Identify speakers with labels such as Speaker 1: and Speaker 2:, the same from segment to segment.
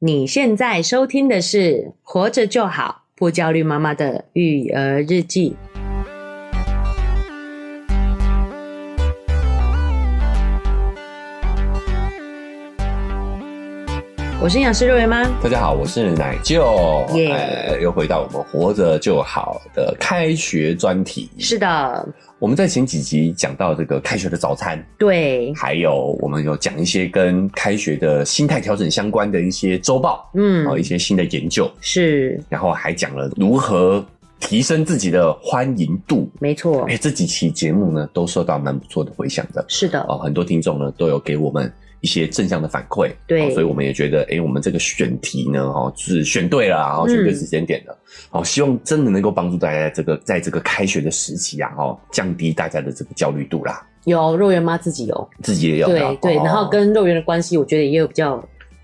Speaker 1: 你现在收听的是《活着就好，不焦虑妈妈的育儿日记》。我是营养师瑞文妈，
Speaker 2: 大家好，我是奶舅，
Speaker 1: 耶
Speaker 2: 哎又回到我们活着就好的开学专题。
Speaker 1: 是的，
Speaker 2: 我们在前几集讲到这个开学的早餐，
Speaker 1: 对，
Speaker 2: 还有我们有讲一些跟开学的心态调整相关的一些周报，
Speaker 1: 嗯
Speaker 2: 然，后一些新的研究，
Speaker 1: 是
Speaker 2: 然后还讲了如何提升自己的欢迎度。
Speaker 1: 没错
Speaker 2: 哎，，这几期节目呢都受到蛮不错的回响的
Speaker 1: 是的，
Speaker 2: 哦，很多听众呢都有给我们。一些正向的反馈，
Speaker 1: 对
Speaker 2: 哦所以我们也觉得，哎、我们这个选题呢，哦，是选对了啊，哦，
Speaker 1: 嗯
Speaker 2: 选对时间点了，哦，希望真的能够帮助大家在这个在这个开学的时期啊，哦，降低大家的这个焦虑度啦，
Speaker 1: 有肉圆妈自己有，
Speaker 2: 自己也有
Speaker 1: 对
Speaker 2: 啦
Speaker 1: 对，
Speaker 2: 哦
Speaker 1: 然后跟肉圆的关系，我觉得也有比较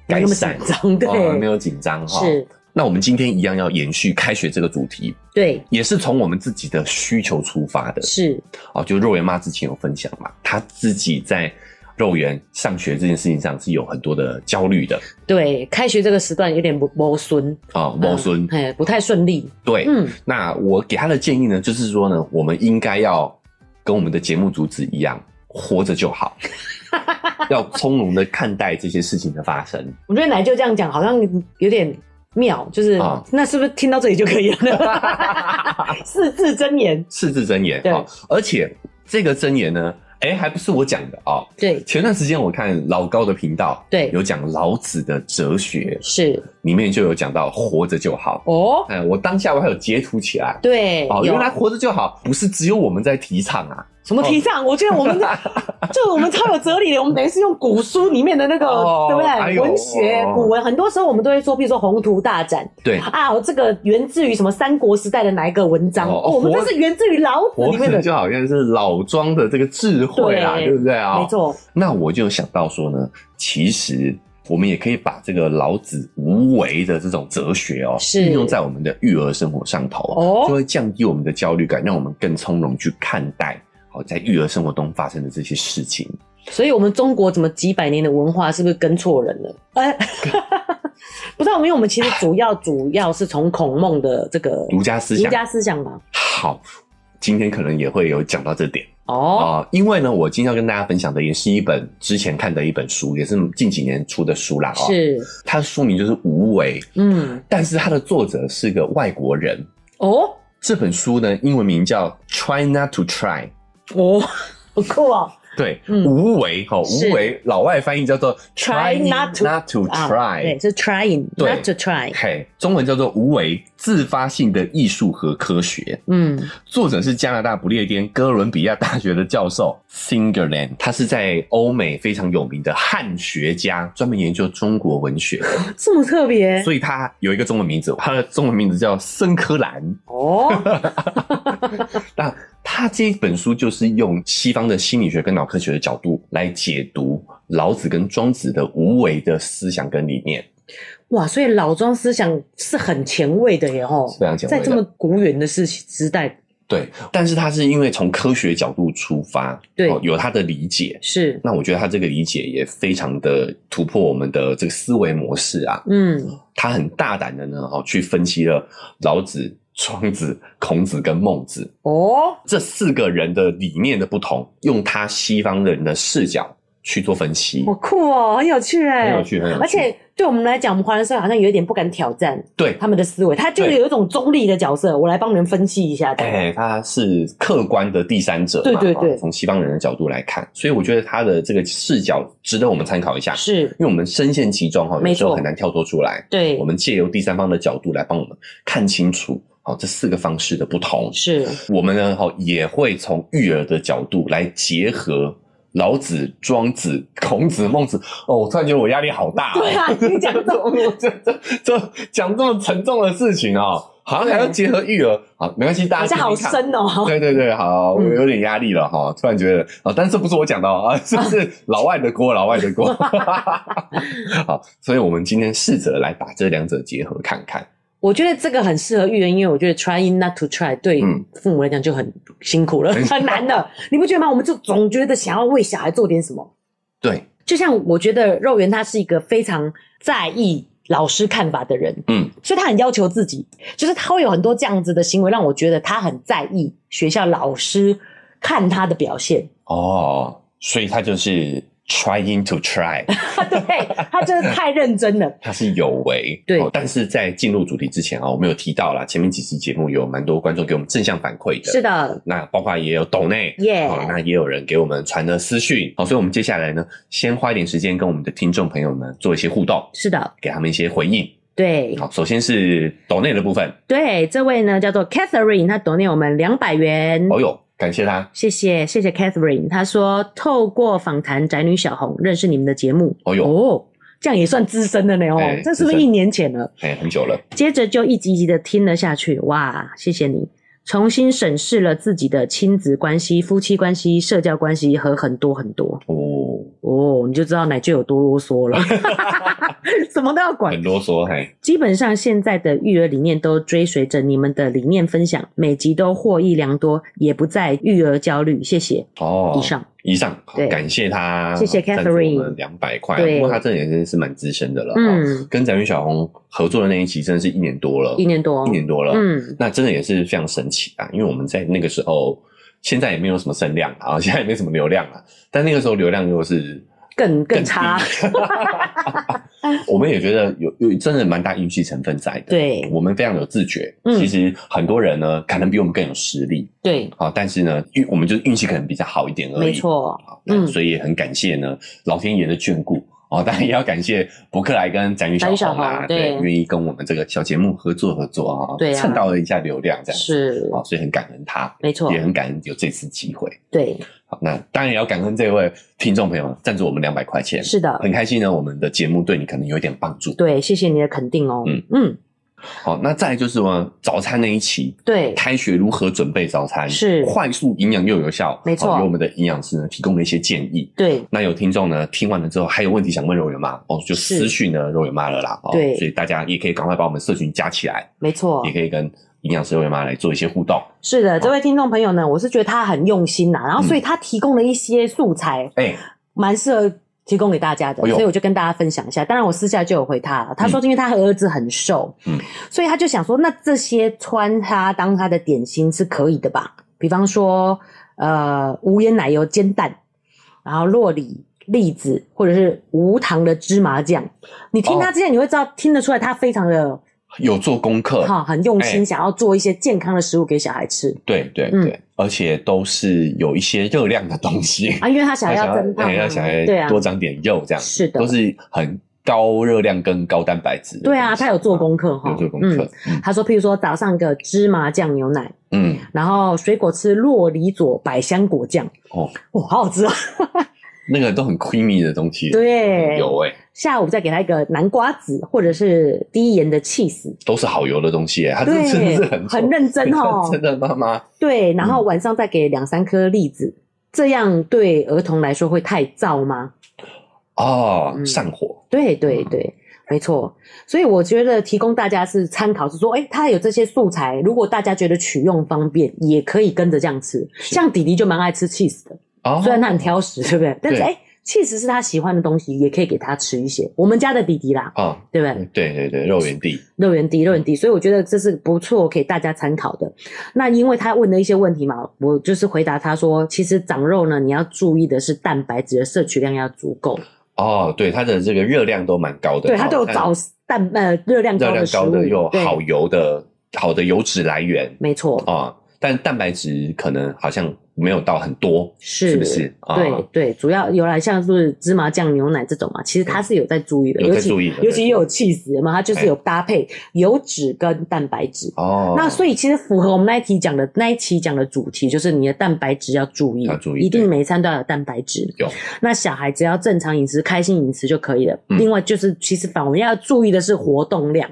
Speaker 1: 没那么
Speaker 2: 改
Speaker 1: 紧
Speaker 2: 善
Speaker 1: 张，
Speaker 2: 哦、没
Speaker 1: 对，
Speaker 2: 有紧张哈。
Speaker 1: 是，
Speaker 2: 那我们今天一样要延续开学这个主题，
Speaker 1: 对，
Speaker 2: 也是从我们自己的需求出发的
Speaker 1: 是，
Speaker 2: 哦。就肉圆妈之前有分享嘛，她自己在肉圆上学这件事情上是有很多的焦虑的
Speaker 1: 对，开学这个时段有点不不顺，
Speaker 2: 哦，猫孙、
Speaker 1: 嗯嘿，不太顺利，
Speaker 2: 对。
Speaker 1: 嗯，
Speaker 2: 那我给她的建议呢，就是说呢，我们应该要跟我们的节目主旨一样，活着 就好，要从容的看待这些事情的发生。
Speaker 1: 我觉得奶就这样讲，好像有点妙，就是、
Speaker 2: 啊
Speaker 1: 那是不是听到这里就可以 了？四字真言，
Speaker 2: 四字真言
Speaker 1: 对
Speaker 2: 啊、哦而且这个真言呢，哎、还不是我讲的哦。
Speaker 1: 对
Speaker 2: 前段时间我看老高的频道，
Speaker 1: 对
Speaker 2: 有讲老子的哲学，
Speaker 1: 是
Speaker 2: 里面就有讲到活着就好。
Speaker 1: 哦，
Speaker 2: 哎、我当下我还有截图起来。
Speaker 1: 对，
Speaker 2: 哦，
Speaker 1: 有
Speaker 2: 原来活着就好，不是只有我们在提倡啊。
Speaker 1: 什么提倡？我觉得我 们就我们超有哲理的，我们等于是用古书里面的那个，
Speaker 2: 哦
Speaker 1: 对不
Speaker 2: 哎
Speaker 1: 对？
Speaker 2: 呦
Speaker 1: 文学
Speaker 2: 哦
Speaker 1: 古文，很多时候我们都会说，比如说宏图大展
Speaker 2: 对，
Speaker 1: 啊，这个源自于什么三国时代的哪一个文章？
Speaker 2: 哦
Speaker 1: 哦我们
Speaker 2: 活
Speaker 1: 这是源自于老子
Speaker 2: 活
Speaker 1: 里面
Speaker 2: 着
Speaker 1: 的，
Speaker 2: 就好像是老庄的这个智慧啦，
Speaker 1: 对
Speaker 2: 对不对啊、
Speaker 1: 没错，
Speaker 2: 那我就想到说呢，其实我们也可以把这个老子无为的这种哲学哦，
Speaker 1: 是
Speaker 2: 运用在我们的育儿生活上头，
Speaker 1: 哦
Speaker 2: 就会降低我们的焦虑感，让我们更从容去看待好在育儿生活中发生的这些事情。
Speaker 1: 所以我们中国怎么几百年的文化是不是跟错人了？哎， 不知道，因为我们其实主要主要是从孔孟的这个
Speaker 2: 儒家思想
Speaker 1: 儒家思想嘛。
Speaker 2: 好，今天可能也会有讲到这点啊、
Speaker 1: 哦，
Speaker 2: 因为呢，我今天要跟大家分享的也是一本之前看的一本书，也是近几年出的书啦、哦。，
Speaker 1: 是，
Speaker 2: 它的书名就是《无为》，
Speaker 1: 嗯，
Speaker 2: 但是它的作者是个外国人。
Speaker 1: 哦，
Speaker 2: 这本书呢，英文名叫《Try Not to Try》，
Speaker 1: 哦，好酷哦，
Speaker 2: 对，
Speaker 1: 嗯
Speaker 2: 无为哈，
Speaker 1: 是
Speaker 2: 无为，老外翻译叫做
Speaker 1: Try not to-
Speaker 2: not to
Speaker 1: 啊，对，
Speaker 2: try，
Speaker 1: 是 trying
Speaker 2: 对
Speaker 1: not to try，
Speaker 2: 嘿，中文叫做无为，自发性的艺术和科学。
Speaker 1: 嗯，
Speaker 2: 作者是加拿大不列颠哥伦比亚大学的教授 Singerland，他是在欧美非常有名的汉学家，专门研究中国 文学的，
Speaker 1: 这么特别
Speaker 2: 所以他有一个中文名字，他的中文名字叫森科兰。
Speaker 1: 哦，
Speaker 2: 那他这本书就是用西方的心理学跟脑科学的角度来解读老子跟庄子的无为的思想跟理念，
Speaker 1: 哇，所以老庄思想是很前卫的耶吼，
Speaker 2: 是非常前卫
Speaker 1: 在
Speaker 2: 的。
Speaker 1: 这么古远的世时代，
Speaker 2: 对，但是他是因为从科学角度出发，
Speaker 1: 对
Speaker 2: 哦有他的理解。
Speaker 1: 是，
Speaker 2: 那我觉得他这个理解也非常的突破我们的这个思维模式啊，
Speaker 1: 嗯，
Speaker 2: 他很大胆的呢，哦，去分析了老子、庄子、孔子跟孟子
Speaker 1: 哦，
Speaker 2: 这四个人的理念的不同，用他西方人的视角去做分析。
Speaker 1: 好酷哦，很有趣哎，
Speaker 2: 嗯很有趣，很有趣。
Speaker 1: 而且对我们来讲，我们华人社会好像有一点不敢挑战
Speaker 2: 对，
Speaker 1: 他们的思维，他就是
Speaker 2: 对
Speaker 1: 有一种中立的角色。我来帮你们分析一下，这样
Speaker 2: 哎、他是客观的第三者嘛，
Speaker 1: 对对对
Speaker 2: 啊从西方人的角度来看，所以我觉得他的这个视角值得我们参考一下，
Speaker 1: 是
Speaker 2: 因为我们深陷其中哈，
Speaker 1: 没
Speaker 2: 有时候
Speaker 1: 错
Speaker 2: 很难跳脱出来。
Speaker 1: 对
Speaker 2: 我，们借由第三方的角度来帮我们看清楚，好、这四个方式的不同。
Speaker 1: 是
Speaker 2: 我们呢，好也会从育儿的角度来结合老子、庄子、孔子、孟子。哦，我突然觉得我压力好大、哦。
Speaker 1: 对啊你讲这
Speaker 2: 这 这这这讲这么沉重的事情哦，好像还要结合育儿。好，没关系，大
Speaker 1: 好
Speaker 2: 家
Speaker 1: 像好
Speaker 2: 听听看。
Speaker 1: 深哦，
Speaker 2: 对对对，好，我
Speaker 1: 嗯
Speaker 2: 有点压力了哈、突然觉得啊、但是这不是我讲的 哦啊，这是老外的锅，老外的锅。 好，所以我们今天试着来把这两者结合看看。
Speaker 1: 我觉得这个很适合育人，因为我觉得 trying not to try 对
Speaker 2: 嗯
Speaker 1: 父母来讲就很辛苦了，
Speaker 2: 很
Speaker 1: 很难的，你不觉得吗？我们就总觉得想要为小孩做点什么，
Speaker 2: 对，
Speaker 1: 就像我觉得肉圆他是一个非常在意老师看法的人，
Speaker 2: 嗯，
Speaker 1: 所以他很要求自己，就是他会有很多这样子的行为，让我觉得他很在意学校老师看他的表现。
Speaker 2: 哦，所以他就是 trying to try，
Speaker 1: 对他真的太认真 了。
Speaker 2: 他是有为。
Speaker 1: 对
Speaker 2: 哦但是在进入主题之前啊，我们有提到啦，前面几期节目有蛮多观众给我们正向反馈的。
Speaker 1: 是的，
Speaker 2: 那包括也有抖内，
Speaker 1: 耶
Speaker 2: 好，那也有人给我们传了私讯，好，所以我们接下来呢，先花一点时间跟我们的听众朋友们做一些互动，
Speaker 1: 是的，
Speaker 2: 给他们一些回应。
Speaker 1: 对
Speaker 2: 好，首先是抖内的部分，
Speaker 1: 对，这位呢叫做 Catherine，她 donate 我们两百元。
Speaker 2: 哦哟，感谢他，
Speaker 1: 谢谢谢谢 Catherine，她说透过访谈宅女小红认识你们的节目，
Speaker 2: 哦哟，
Speaker 1: 哦，这样也算资深的呢哦，
Speaker 2: 哎
Speaker 1: 这是不是
Speaker 2: 资深
Speaker 1: 一年前了？
Speaker 2: 哎、很久了，
Speaker 1: 接着就一集一集的听了下去，哇，谢谢你，重新审视了自己的亲子关系、夫妻关系、社交关系和很多很多
Speaker 2: 哦，
Speaker 1: 哦，你就知道奶舅有多啰嗦 了，什么都要管
Speaker 2: 很。啰嗦，哎嘿，
Speaker 1: 基本上现在的育儿理念都追随着你们的理念分享，每集都获益良多，也不再育儿焦虑。谢谢。
Speaker 2: 哦，
Speaker 1: 以上
Speaker 2: 以上，好
Speaker 1: 对
Speaker 2: 感谢他，
Speaker 1: 谢谢 Catherine
Speaker 2: 两百块，
Speaker 1: 对
Speaker 2: 不过他这也真的是蛮资深的了，嗯，
Speaker 1: 嗯，
Speaker 2: 跟展云小红合作的那一期真的是一年多了，
Speaker 1: 一年多，
Speaker 2: 一年多了，
Speaker 1: 嗯，
Speaker 2: 那真的也是非常神奇啊，因为我们在那个时候，现在也没有什么声量啊，现在也没什么流量啊，但那个时候流量又是
Speaker 1: 更更差。
Speaker 2: 低， 我们也觉得有有真的蛮大运气成分在的，
Speaker 1: 对
Speaker 2: 我们非常有自觉。
Speaker 1: 嗯
Speaker 2: 其实很多人呢，可能比我们更有实力
Speaker 1: 对，
Speaker 2: 啊，但是呢，运我们就是运气可能比较好一点而已，
Speaker 1: 没错。
Speaker 2: 啊，
Speaker 1: 嗯
Speaker 2: 那所以也很感谢呢老天爷的眷顾。哦， 当然也要感谢伯克莱跟展宇小
Speaker 1: 展
Speaker 2: 红
Speaker 1: 宇小
Speaker 2: 啦，
Speaker 1: 红
Speaker 2: 对，
Speaker 1: 对
Speaker 2: 愿意跟我们这个小节目合作合作啊，
Speaker 1: 对啊
Speaker 2: 蹭到了一下流量这样子，
Speaker 1: 是，
Speaker 2: 哦，所以很感恩他，
Speaker 1: 没错
Speaker 2: 也，很感恩有这次机会。
Speaker 1: 对，
Speaker 2: 好，那当然也要感恩这位听众朋友赞助我们两百块钱，
Speaker 1: 是的，
Speaker 2: 很开心呢。我们的节目对你可能有一点帮助。
Speaker 1: 对，谢谢你的肯定哦。
Speaker 2: 嗯
Speaker 1: 嗯，
Speaker 2: 好，那再来就是呢，早餐那一期，
Speaker 1: 对，
Speaker 2: 开学如何准备早餐，
Speaker 1: 是
Speaker 2: 快速、营养又有效，
Speaker 1: 没错
Speaker 2: 好由我们的营养师呢提供了一些建议。
Speaker 1: 对，
Speaker 2: 那有听众呢，听完了之后还有问题想问肉圆妈哦，就是私讯呢肉圆妈了啦。哦，
Speaker 1: 对
Speaker 2: 所以大家也可以赶快把我们社群加起来，
Speaker 1: 没错
Speaker 2: 也，可以跟营养师肉圆妈来做一些互动。
Speaker 1: 是的，这位听众朋友呢，我是觉得他很用心呐、然
Speaker 2: 嗯
Speaker 1: 后所以他提供了一些素材，
Speaker 2: 哎、
Speaker 1: 蛮适合提供给大家的，
Speaker 2: 哎呦
Speaker 1: 所以我就跟大家分享一下。当然，我私下就有回他了，他说因为他儿子很瘦，
Speaker 2: 嗯
Speaker 1: 所以他就想说，那这些穿他当他的点心是可以的吧？比方说，呃，无盐奶油煎蛋，然后洛里。栗子或者是无糖的芝麻酱，你
Speaker 2: 哦
Speaker 1: 听他之前你会知道，听得出来他非常的
Speaker 2: 有做功课，
Speaker 1: 哈、很用心，
Speaker 2: 哎
Speaker 1: 想要做一些健康的食物给小孩吃
Speaker 2: 对对
Speaker 1: 嗯
Speaker 2: 对，而且都是有一些热量的东西，
Speaker 1: 啊，因为他 想要增胖、
Speaker 2: 哎
Speaker 1: 啊，
Speaker 2: 要想要
Speaker 1: 对啊，
Speaker 2: 多长点肉这样，
Speaker 1: 是的
Speaker 2: 都，是很高热量跟高蛋白质的东
Speaker 1: 对
Speaker 2: 西。
Speaker 1: 啊，他有做功课哈，
Speaker 2: 有做功
Speaker 1: 嗯
Speaker 2: 课，嗯
Speaker 1: 他说，譬如说早上个芝麻酱牛奶，
Speaker 2: 嗯
Speaker 1: 然后水果吃洛梨佐百香果酱，
Speaker 2: 哦，
Speaker 1: 哇，好好吃哦。
Speaker 2: 那个都很 creamy 的东西，
Speaker 1: 对，
Speaker 2: 有哎，
Speaker 1: 下午再给他一个南瓜子或者是低盐的 cheese，
Speaker 2: 都是好油的东西耶，欸他真
Speaker 1: 对
Speaker 2: 的啊真的是很
Speaker 1: 很认真哦
Speaker 2: 真的嗯妈妈
Speaker 1: 对，然后晚上再给两三颗栗子，这样对儿童来说会太燥吗？
Speaker 2: 哦
Speaker 1: 嗯，
Speaker 2: 上火
Speaker 1: 对对
Speaker 2: 嗯
Speaker 1: 对。没错，所以我觉得提供大家是参考，是说，哎、他有这些素材，如果大家觉得取用方便，也可以跟着这样吃。像弟弟就蛮爱吃 cheese 的，
Speaker 2: 哦，
Speaker 1: 虽然他很挑食，对不对？但是
Speaker 2: 对
Speaker 1: 哎，确实是他喜欢的东西，也可以给他吃一些。我们家的弟弟啦，
Speaker 2: 哦，
Speaker 1: 对不对？
Speaker 2: 对对对，肉圆地
Speaker 1: 肉圆弟，肉圆弟，所以我觉得这是不错给大家参考的。那因为他问的一些问题嘛，我就是回答他说，其实长肉呢，你要注意的是蛋白质的摄取量要足够。
Speaker 2: 哦，对，它的这个热量都蛮高的，
Speaker 1: 对，他都有
Speaker 2: 但
Speaker 1: 找蛋呃热量
Speaker 2: 哎热
Speaker 1: 高
Speaker 2: 量
Speaker 1: 的食
Speaker 2: 高
Speaker 1: 物，
Speaker 2: 的又
Speaker 1: 对
Speaker 2: 好油的好的油脂来源，
Speaker 1: 没错，
Speaker 2: 啊、但蛋白质可能好像没有到很多，
Speaker 1: 是
Speaker 2: 是不是？啊
Speaker 1: 对对，主要有来像是芝麻酱牛奶这种嘛，其实它是有在注意的，
Speaker 2: 嗯有
Speaker 1: 尤
Speaker 2: 在
Speaker 1: 其
Speaker 2: 注意的
Speaker 1: 尤其又有 cheese 嘛，它就是
Speaker 2: 哎
Speaker 1: 有搭配油脂跟蛋白质。
Speaker 2: 哦，
Speaker 1: 那所以其实符合我们那一题讲的那一期讲的主题，就是你的蛋白质要注意，
Speaker 2: 要注意
Speaker 1: 一定
Speaker 2: 对
Speaker 1: 每一餐都要有蛋白质。
Speaker 2: 有
Speaker 1: 那小孩只要正常饮食、开心饮食就可以了。
Speaker 2: 嗯
Speaker 1: 另外就是，其实反而要注意的是活动量。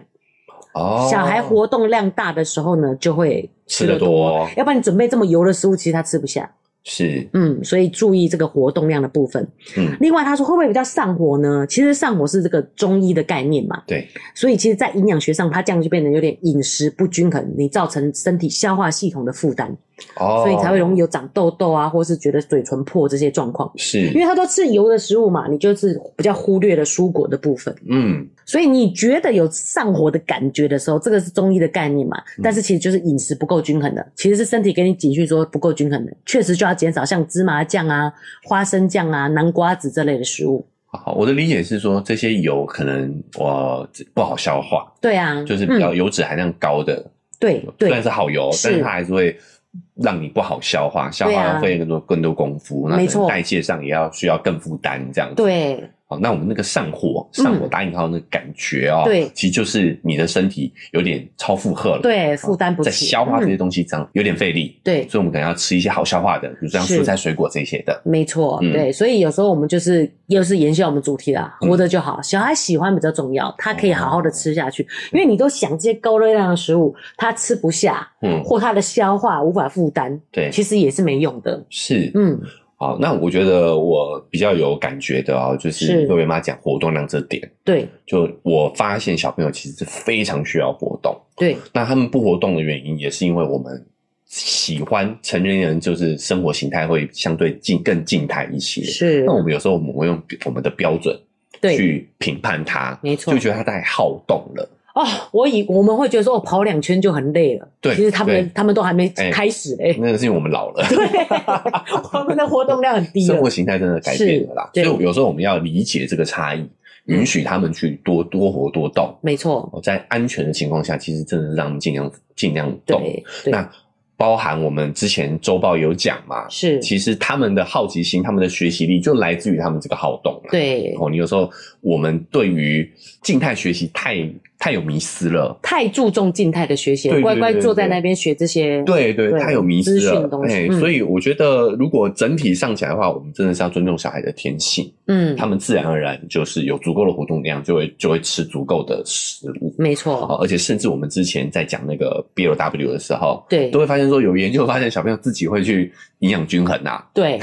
Speaker 2: 哦，
Speaker 1: 小孩活动量大的时候呢，就会
Speaker 2: 吃
Speaker 1: 得
Speaker 2: 的多
Speaker 1: 要不然你准备这么油的食物，其实他吃不下。
Speaker 2: 是
Speaker 1: 嗯，所以注意这个活动量的部分。
Speaker 2: 嗯
Speaker 1: 另外，他说会不会比较上火呢？其实上火是这个中医的概念嘛，
Speaker 2: 对
Speaker 1: 所以其实，在营养学上，它这样就变得有点饮食不均衡，你造成身体消化系统的负担。
Speaker 2: 哦，
Speaker 1: 所以才会容易有长痘痘啊，或是觉得嘴唇破这些状况。因
Speaker 2: 是
Speaker 1: 为它都吃油的食物嘛，你就是比较忽略了蔬果的部分，
Speaker 2: 嗯
Speaker 1: 所以你觉得有上火的感觉的时候，这个是中医的概念嘛？
Speaker 2: 嗯
Speaker 1: 但是其实就是饮食不够均衡的，其实是身体给你警讯说不够均衡的，确实就要减少像芝麻酱啊、花生酱啊、南瓜子这类的食物。
Speaker 2: 好，我的理解是说，这些油可能我不好消化，
Speaker 1: 对啊，
Speaker 2: 就是比
Speaker 1: 嗯、
Speaker 2: 较油脂含量高的，
Speaker 1: 对
Speaker 2: 虽然
Speaker 1: 对
Speaker 2: 是，好油，
Speaker 1: 是
Speaker 2: 但是它还是会让你不好消化，消
Speaker 1: 对
Speaker 2: 化
Speaker 1: 啊
Speaker 2: 要费更多更多功夫，那
Speaker 1: 没
Speaker 2: 可能
Speaker 1: 错
Speaker 2: 代谢上也要需要更负担这样子。，
Speaker 1: 对
Speaker 2: 好，那我们那个上火上火
Speaker 1: 嗯
Speaker 2: 打引号那个感觉哦，
Speaker 1: 对
Speaker 2: 其实就是你的身体有点超负荷了，，
Speaker 1: 对，负担不
Speaker 2: 在
Speaker 1: 起，
Speaker 2: 消化这些
Speaker 1: 嗯、
Speaker 2: 东西上、有点费力，
Speaker 1: 对。
Speaker 2: 所以我们可能要吃一些好消化的，比如像
Speaker 1: 是
Speaker 2: 蔬菜水果这些的。
Speaker 1: 没错，
Speaker 2: 嗯
Speaker 1: 对，所以有时候我们就是又是延续我们主题啦，
Speaker 2: 嗯
Speaker 1: 活着就好。小孩喜欢比较重要，他可以好好的吃下去，
Speaker 2: 哦
Speaker 1: 因为你都想这些高热量的食物，他吃不下
Speaker 2: 嗯，
Speaker 1: 或他的消化无法负担，
Speaker 2: 对，
Speaker 1: 其实也是没用的。
Speaker 2: 是，
Speaker 1: 嗯，
Speaker 2: 好，那我觉得我比较有感觉的哦，就是
Speaker 1: 是
Speaker 2: 各位妈讲活动量这点，
Speaker 1: 对
Speaker 2: 就我发现小朋友其实是非常需要活动。
Speaker 1: 对，
Speaker 2: 那他们不活动的原因，也是因为我们喜欢成年人，就是生活形态会相对静更静态一些。
Speaker 1: 是
Speaker 2: 那，我们有时候我们会用我们的标准
Speaker 1: 对，
Speaker 2: 去评判他，
Speaker 1: 没错
Speaker 2: 就觉得他太好动了。
Speaker 1: 哦，我以我们会觉得说，哦，跑两圈就很累了，
Speaker 2: 对
Speaker 1: 其实他
Speaker 2: 对
Speaker 1: 们他们都还没
Speaker 2: 哎
Speaker 1: 开始 嘞，
Speaker 2: 那个是因为我们老了，
Speaker 1: 他们的活动量很低
Speaker 2: 生活
Speaker 1: 了，
Speaker 2: 形态真的改变了啦。所
Speaker 1: 是对
Speaker 2: 以有时候我们要理解这个差异，允许他们去多多活多动。
Speaker 1: 没错，
Speaker 2: 哦，在安全的情况下，其实真的是让他们尽量尽量动。
Speaker 1: 对对
Speaker 2: 那包含我们之前周报有讲嘛，
Speaker 1: 是，
Speaker 2: 其实他们的好奇心、他们的学习力就来自于他们这个好动了。，
Speaker 1: 对，
Speaker 2: 哦，你有时候我们对于静态学习太太有迷思了。
Speaker 1: 太注重静态的学习
Speaker 2: 对对，
Speaker 1: 乖乖
Speaker 2: 对
Speaker 1: 坐在
Speaker 2: 对
Speaker 1: 那边学这些，
Speaker 2: 对对，
Speaker 1: 对
Speaker 2: 太有迷
Speaker 1: 资
Speaker 2: 思
Speaker 1: 讯
Speaker 2: 了
Speaker 1: 的。东西
Speaker 2: 哎
Speaker 1: 嗯
Speaker 2: 所以我觉得，如果整体上起来的话，我们真的是要尊重小孩的天性，
Speaker 1: 嗯，
Speaker 2: 他们自然而然就是有足够的活动量，就会就会吃足够的食物。
Speaker 1: 没
Speaker 2: 哦
Speaker 1: 错，，
Speaker 2: 而且甚至我们之前在讲那个 BLW 的时候，
Speaker 1: 对
Speaker 2: 都会发现说，有研究发现小朋友自己会去营养均衡呐、
Speaker 1: 对，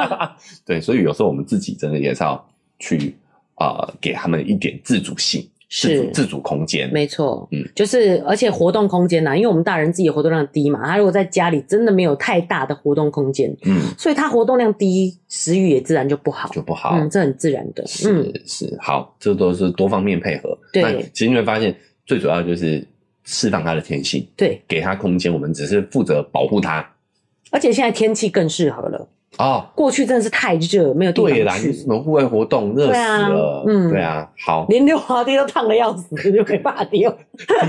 Speaker 2: 对，所以有时候我们自己真的也是要去啊、呃给他们一点自主性、自主
Speaker 1: 是
Speaker 2: 自主空间。
Speaker 1: 没错，
Speaker 2: 嗯
Speaker 1: 嗯，就是而且活动空间呐、因为我们大人自己活动量低嘛，他如果在家里真的没有太大的活动空间，
Speaker 2: 嗯，
Speaker 1: 所以他活动量低，食欲也自然就不好，
Speaker 2: 就不好。
Speaker 1: 嗯，这很自然的，嗯，
Speaker 2: 是是，好，这都是多方面配合。
Speaker 1: 对
Speaker 2: 那其实你会发现，最主要就是释放他的天性，
Speaker 1: 对，
Speaker 2: 给他空间，我们只是负责保护他。
Speaker 1: 而且现在天气更适合了，
Speaker 2: 哦，
Speaker 1: 过去真的是太热，没有地
Speaker 2: 对啦，
Speaker 1: 方
Speaker 2: 你
Speaker 1: 去
Speaker 2: 什。么户外活动热
Speaker 1: 对
Speaker 2: 死
Speaker 1: 啊
Speaker 2: 了，
Speaker 1: 嗯
Speaker 2: 对啊，好，
Speaker 1: 连溜滑梯都烫的要死，就没办法 溜。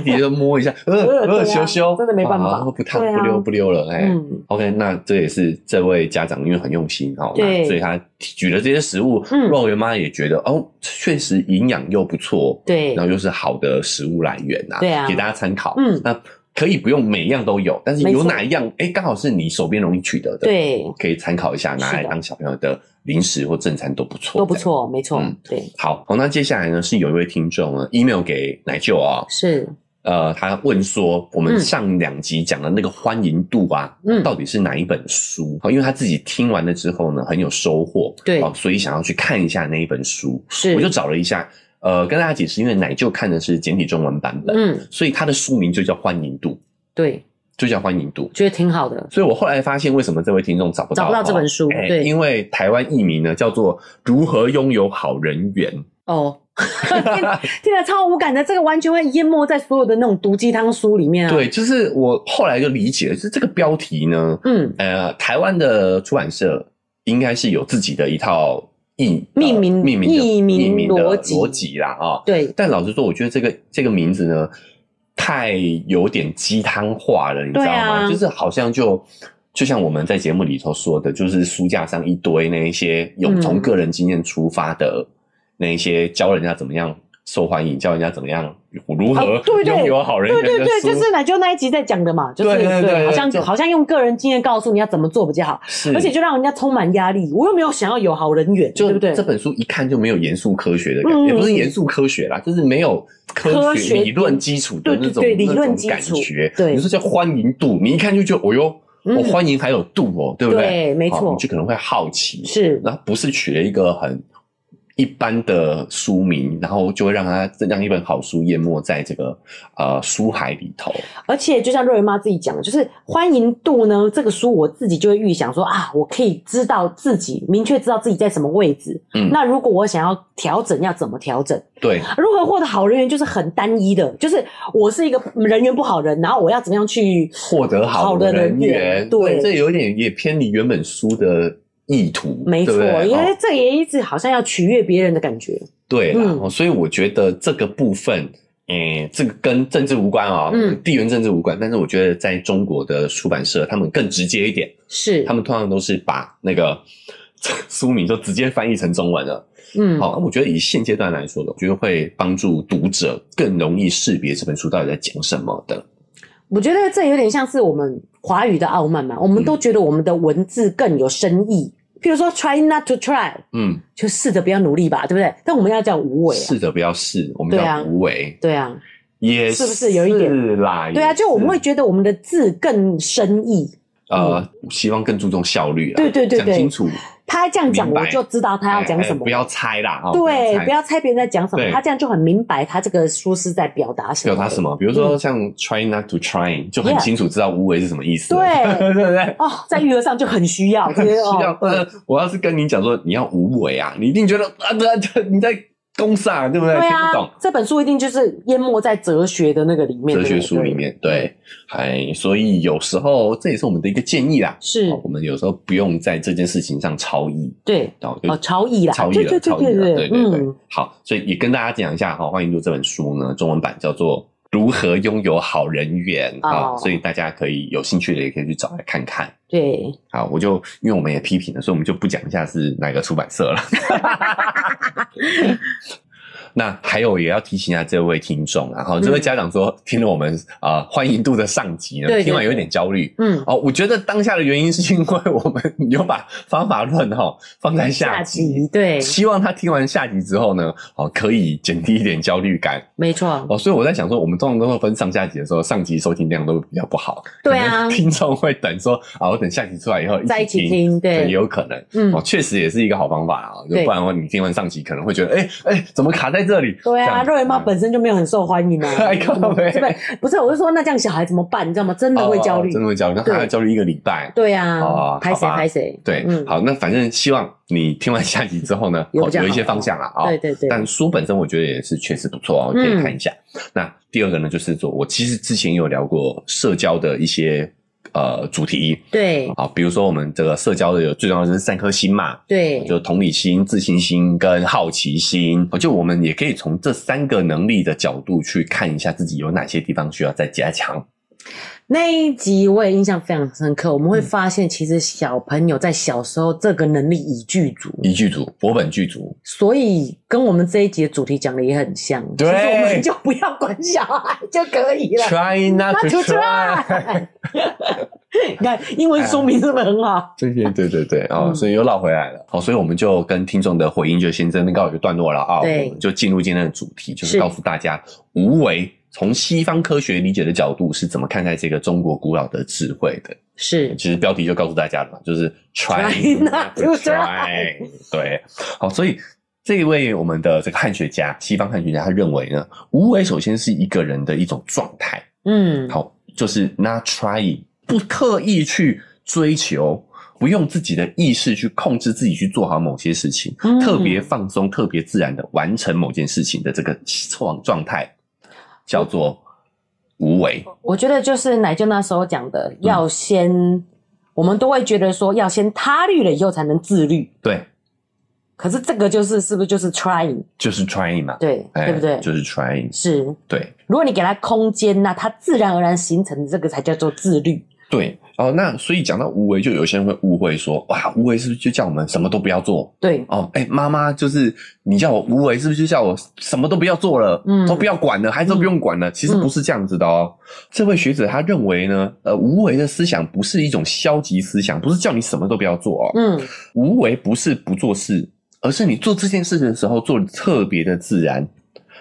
Speaker 2: 弟弟就摸一下，呃
Speaker 1: 呃 对
Speaker 2: 呃，
Speaker 1: 啊
Speaker 2: 羞羞，
Speaker 1: 真的没办法
Speaker 2: 啊不烫
Speaker 1: 对啊
Speaker 2: 不溜不溜了，哎
Speaker 1: 嗯，
Speaker 2: ，OK，那这也是这位家长因为很用心哦，那
Speaker 1: 对
Speaker 2: 所以他举了这些食物，
Speaker 1: 嗯
Speaker 2: 肉圆妈也觉得哦，确实营养又不错，
Speaker 1: 对
Speaker 2: 然后又是好的食物来源呐，
Speaker 1: 对啊
Speaker 2: 给大家参考，
Speaker 1: 嗯
Speaker 2: 那可以不用每样都有，但是
Speaker 1: 没
Speaker 2: 有
Speaker 1: 错
Speaker 2: 哪一样，哎，刚好是你手边容易取得的，，
Speaker 1: 对，
Speaker 2: 可以参考一下，拿来
Speaker 1: 是的
Speaker 2: 当小朋友的零食或正餐都不错，
Speaker 1: 都不。错，没错
Speaker 2: 嗯，
Speaker 1: 对，
Speaker 2: 好，好，那接下来呢是有一位听众呢 email 给奶舅啊、
Speaker 1: 是，
Speaker 2: 呃，他问说，我们
Speaker 1: 嗯
Speaker 2: 上两集讲的那个欢迎度啊，
Speaker 1: 嗯
Speaker 2: 到底是哪一本书？哦好因为他自己听完了之后呢，很有收获，
Speaker 1: 对
Speaker 2: 哦，所以想要去看一下那一本书。
Speaker 1: 是，
Speaker 2: 我就找了一下，呃，跟大家解释，因为奶舅看的是简体中文版本，
Speaker 1: 嗯，
Speaker 2: 所以他的书名就叫《欢迎度》，
Speaker 1: 对，
Speaker 2: 就叫《欢迎度》。
Speaker 1: 觉得挺好的，
Speaker 2: 所以我后来发现，为什么这位听众找不到
Speaker 1: 找不到这本书
Speaker 2: 哎
Speaker 1: 对
Speaker 2: 因为台湾译名呢叫做《如何拥有好人缘》。
Speaker 1: 哦， 听听起来超无感的，这个完全会淹没在所有的那种毒鸡汤书里面啊。，
Speaker 2: 对，就是我后来就理解了，就是这个标题呢，
Speaker 1: 嗯，
Speaker 2: 呃，台湾的出版社应该是有自己的一套译呃
Speaker 1: 命名
Speaker 2: 命名的
Speaker 1: 译名
Speaker 2: 命名的
Speaker 1: 逻辑
Speaker 2: 逻辑啦啊、
Speaker 1: 对，
Speaker 2: 但老实说，我觉得这个这个名字呢，太有点鸡汤化了，你知道
Speaker 1: 对啊
Speaker 2: 吗？就是好像就。就像我们在节目里头说的，就是书架上一堆那一些有
Speaker 1: 嗯
Speaker 2: 从个人经验出发的那一些教人家怎么样受欢迎，教人家怎么样如何
Speaker 1: 哦对对
Speaker 2: 拥有好人
Speaker 1: 对
Speaker 2: 缘的书，
Speaker 1: 对对，就是奶就那一集在讲的嘛，就是
Speaker 2: 对对对对
Speaker 1: 好像
Speaker 2: 就
Speaker 1: 好像用个人经验告诉你要怎么做比较好，
Speaker 2: 是
Speaker 1: 而且就让人家充满压力。我又没有想要有好人缘，
Speaker 2: 就
Speaker 1: 对不对
Speaker 2: 这？本书一看就没有严肃科学的感觉，
Speaker 1: 嗯
Speaker 2: 也不是严肃科学啦，就是没有科
Speaker 1: 科
Speaker 2: 学
Speaker 1: 学
Speaker 2: 理论基础
Speaker 1: 对
Speaker 2: 的
Speaker 1: 对
Speaker 2: 那种
Speaker 1: 对理
Speaker 2: 那种
Speaker 1: 论基础
Speaker 2: 感觉。
Speaker 1: 对
Speaker 2: 你说叫欢迎度，你一看就觉得，哦哟，
Speaker 1: 嗯
Speaker 2: 我欢迎还有度哦，对不对？
Speaker 1: 对没错
Speaker 2: 好你就可能会好奇，
Speaker 1: 是
Speaker 2: 那不是取了一个很一般的书名，然后就会让它让一本好书淹没在这个呃书海里头。
Speaker 1: 而且就像瑞文妈自己讲的，就是欢迎度呢，这个书我自己就会预想说啊，我可以知道自己明确知道自己在什么位置。
Speaker 2: 嗯
Speaker 1: 那如果我想要调整，要怎么调整？
Speaker 2: 对，
Speaker 1: 如何获得好人缘就是很单一的，就是我是一个人缘不好人，然后我要怎么样去
Speaker 2: 获得好
Speaker 1: 的
Speaker 2: 人缘，
Speaker 1: 缘？对，
Speaker 2: 这有点也偏离原本书的意图，
Speaker 1: 没错，
Speaker 2: 对不对
Speaker 1: 因
Speaker 2: 哦
Speaker 1: 为这也一直好像要取悦别人的感觉。
Speaker 2: 对啦、
Speaker 1: 嗯
Speaker 2: 哦所以我觉得这个部分，诶、这个跟政治无关啊、
Speaker 1: 嗯
Speaker 2: 地缘政治无关。但是我觉得在中国的出版社，他们更直接一点，
Speaker 1: 是，
Speaker 2: 他们通常都是把那个 书名就直接翻译成中文了。
Speaker 1: 嗯，
Speaker 2: 好、我觉得以现阶段来说的，我觉得会帮助读者更容易识别这本书到底在讲什么的。
Speaker 1: 我觉得这有点像是我们华语的傲慢
Speaker 2: 嗯
Speaker 1: 嘛，我们都觉得我们的文字更有深意。譬如说，try not to try，
Speaker 2: 嗯，
Speaker 1: 就试着不要努力吧，对不对？但我们要叫无为啊，
Speaker 2: 试着不要试，我们
Speaker 1: 对啊
Speaker 2: 叫无为，
Speaker 1: 对啊，
Speaker 2: 也
Speaker 1: 是不是有一点
Speaker 2: 是啦？
Speaker 1: 对啊，
Speaker 2: 也
Speaker 1: 就我们
Speaker 2: 是
Speaker 1: 会觉得我们的字更深意。
Speaker 2: 呃，希望更注重效率啦，
Speaker 1: 对对对对
Speaker 2: 讲清楚，
Speaker 1: 他这样讲，
Speaker 2: 明白
Speaker 1: 我就知道他要讲什
Speaker 2: 哎哎
Speaker 1: 么
Speaker 2: 不。要猜啦，哦
Speaker 1: 对，
Speaker 2: 猜
Speaker 1: 不要猜别人在讲什么，
Speaker 2: 对
Speaker 1: 他这样就很明白他这个书是在表达什么。
Speaker 2: 表达什？么？比如说像 try not to try，就很
Speaker 1: Yeah
Speaker 2: 清楚知道无为是什么意思。
Speaker 1: 对
Speaker 2: 对不对？
Speaker 1: 哦，在育儿上就很需 要，就是
Speaker 2: 需要
Speaker 1: 哦，
Speaker 2: 呃，我要是跟你讲说你要无为啊，你一定觉得啊，对啊对你在攻啥，对不对？
Speaker 1: 对
Speaker 2: 听
Speaker 1: 啊
Speaker 2: 不懂，。
Speaker 1: 这本书一定就是淹没在哲学的那个里面，
Speaker 2: 哲
Speaker 1: 对
Speaker 2: 学
Speaker 1: 不对
Speaker 2: 书里，面，对，哎，所以有时候这也是我们的一个建议啦。
Speaker 1: 是
Speaker 2: 哦我们有时候不用在这件事情上超意，
Speaker 1: 对
Speaker 2: 哦，就
Speaker 1: 哦，超意啦，
Speaker 2: 超译
Speaker 1: 对对对
Speaker 2: 了，超译了，
Speaker 1: 对
Speaker 2: 对对对
Speaker 1: 嗯，。
Speaker 2: 好，所以也跟大家讲一下哈，《欢迎读》这本书呢，中文版叫做《如何拥有好人缘》啊
Speaker 1: 哦，
Speaker 2: 所以大家可以有兴趣的也可以去找来看看。
Speaker 1: 对，
Speaker 2: 好，我就因为我们也批评了，所以我们就不讲一下是哪个出版 社了。那还有也要提醒一下这位听众啊，然后这位家长说、听了我们啊、呃欢迎度的上集呢，
Speaker 1: 嗯对对
Speaker 2: 听完有点焦虑。
Speaker 1: 嗯，
Speaker 2: 哦，我觉得当下的原因是因为我们有把方法论哈、放在下集，
Speaker 1: 集对，
Speaker 2: 希望他听完下集之后呢，哦，可以减低一点焦虑感
Speaker 1: 没错，
Speaker 2: 哦。所以我在想说，我们通常都会分上下集的时候，上集收听量都比较不好，
Speaker 1: 对啊
Speaker 2: 可能听众会等说啊，我等下集出来以后
Speaker 1: 在一起
Speaker 2: 起
Speaker 1: 听，
Speaker 2: 对，也
Speaker 1: 对，
Speaker 2: 有可能。
Speaker 1: 嗯
Speaker 2: 哦，，确实也是一个好方法啊，就
Speaker 1: 对
Speaker 2: 不然的话，你听完上集可能会觉得，哎、哎、怎么卡在这里？
Speaker 1: 对啊，
Speaker 2: 这
Speaker 1: 肉
Speaker 2: 样
Speaker 1: 圆妈本身就没有很受欢迎啊，
Speaker 2: 哎靠
Speaker 1: 嗯
Speaker 2: 北
Speaker 1: 对不是，我是说，那这样小孩怎么办？你知道吗？真的会焦虑
Speaker 2: 哦，真的会焦虑，那还要
Speaker 1: 对
Speaker 2: 焦虑一个礼拜。
Speaker 1: 对啊，
Speaker 2: 哦
Speaker 1: 拍谁
Speaker 2: 好吧
Speaker 1: 拍谁，
Speaker 2: 对，
Speaker 1: 嗯，
Speaker 2: 好，那反正希望你听完下集之后呢，
Speaker 1: 有
Speaker 2: 哦
Speaker 1: 比较
Speaker 2: 有一些
Speaker 1: 好
Speaker 2: 方向啦啊、哦
Speaker 1: 对对对，
Speaker 2: 但书本身我觉得也是确实不错哦，可以看一下。那第二个呢，就是说我其实之前有聊过社交的一些呃主题
Speaker 1: 对
Speaker 2: 啊，比如说我们这个社交的有最重要的就是三颗心嘛，
Speaker 1: 对，
Speaker 2: 就同理心、自信心跟好奇心。哦就我们也可以从这三个能力的角度去看一下自己有哪些地方需要再加强。
Speaker 1: 那一集我也印象非常深刻，我
Speaker 2: 嗯
Speaker 1: 们会发现，其实小朋友在小时候这个能力已具足，
Speaker 2: 一剧组、博本剧组，
Speaker 1: 所以跟我们这一集的主题讲的也很像。
Speaker 2: 对
Speaker 1: 其实我们就不要管小孩就可以了。
Speaker 2: Try not to try。
Speaker 1: 你看，英文说明是不是很好？
Speaker 2: 对对对对对啊、哦
Speaker 1: 嗯
Speaker 2: 所以又绕回来了。哦好，所以我们就跟听众的回应就先这边告一个段落了啊、
Speaker 1: 对
Speaker 2: 我们就进入今天的主题，就是
Speaker 1: 是
Speaker 2: 告诉大家无为从西方科学理解的角度是怎么看待这个中国古老的智慧的。
Speaker 1: 是
Speaker 2: 其实标题就告诉大家了嘛，就是
Speaker 1: Try
Speaker 2: try
Speaker 1: not to try
Speaker 2: try。对，好，所以这一位我们的这个汉学家，西方汉学家，他认为呢，无为首先是一个人的一种状态。
Speaker 1: 嗯，
Speaker 2: 好，就是 not trying，不刻意去追求，不用自己的意识去控制自己去做好某些事情，
Speaker 1: 嗯
Speaker 2: 特别放松、特别自然的完成某件事情的这个状状态，叫做无为。
Speaker 1: 我觉得就是奶舅那时候讲的，
Speaker 2: 嗯
Speaker 1: 要先，我们都会觉得说要先他律了以后才能自律。
Speaker 2: 对，
Speaker 1: 可是这个就是是不是就是 trying
Speaker 2: 就是 trying 嘛，
Speaker 1: 对、
Speaker 2: 哎
Speaker 1: 对不对？
Speaker 2: 就是 trying，
Speaker 1: 是，
Speaker 2: 对
Speaker 1: 如果你给他空间那他自然而然形成的这个才叫做自律。
Speaker 2: 对。哦，那所以讲到无为，就有些人会误会说，哇，无为是不是就叫我们什么都不要做？
Speaker 1: 对，
Speaker 2: 哦，哎、妈妈就是你叫我无为，是不是就叫我什么都不要做了，
Speaker 1: 嗯
Speaker 2: 都不要管了，孩子都不用管了？其实不是这样子的哦。这位学者他认为呢，呃，无为的思想不是一种消极思想，不是叫你什么都不要做哦。
Speaker 1: 嗯，
Speaker 2: 无为不是不做事，而是你做这件事的时候做的特别的自然，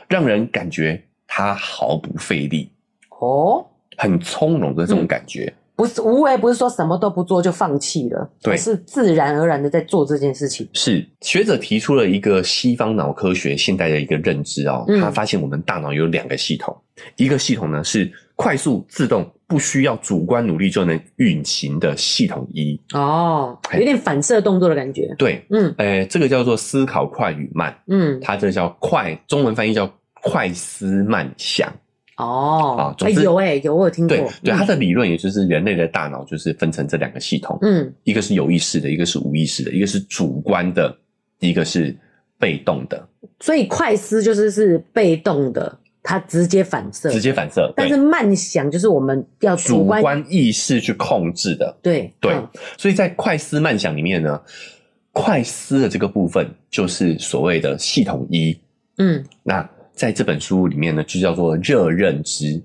Speaker 2: 让人感觉他毫不费力，
Speaker 1: 哦，嗯
Speaker 2: 很从容的这种感觉。
Speaker 1: 不是无为，不是说什么都不做就放弃了，
Speaker 2: 对
Speaker 1: 而是自然而然的在做这件事情。
Speaker 2: 是学者提出了一个西方脑科学现代的一个认知哦，
Speaker 1: 嗯
Speaker 2: 他发现我们大脑有两个系统，一个系统呢是快速自动不需要主观努力就能运行的系统一，
Speaker 1: 哦，有点反射动作的感觉。
Speaker 2: 对，
Speaker 1: 嗯
Speaker 2: 呃，这个叫做思考快与慢，
Speaker 1: 嗯，
Speaker 2: 它这叫快，中文翻译叫快思慢想。
Speaker 1: 哦
Speaker 2: 啊，总之
Speaker 1: 哎有哎、有我有听过。
Speaker 2: 对对，
Speaker 1: 嗯
Speaker 2: 它的理论也就是人类的大脑就是分成这两个系统，
Speaker 1: 嗯
Speaker 2: 一个是有意识的，一个是无意识的，一个是主观的，一个是被动的，
Speaker 1: 所以快思就是是被动的，它直接反射，
Speaker 2: 直接反射。
Speaker 1: 但
Speaker 2: 对
Speaker 1: 是慢想就是我们要
Speaker 2: 主
Speaker 1: 观，
Speaker 2: 观意识去控制的。
Speaker 1: 对
Speaker 2: 对
Speaker 1: 嗯
Speaker 2: 所以在快思慢想里面呢，快思的这个部分就是所谓的系统一。
Speaker 1: 嗯，
Speaker 2: 那在这本书里面呢，就叫做热认知，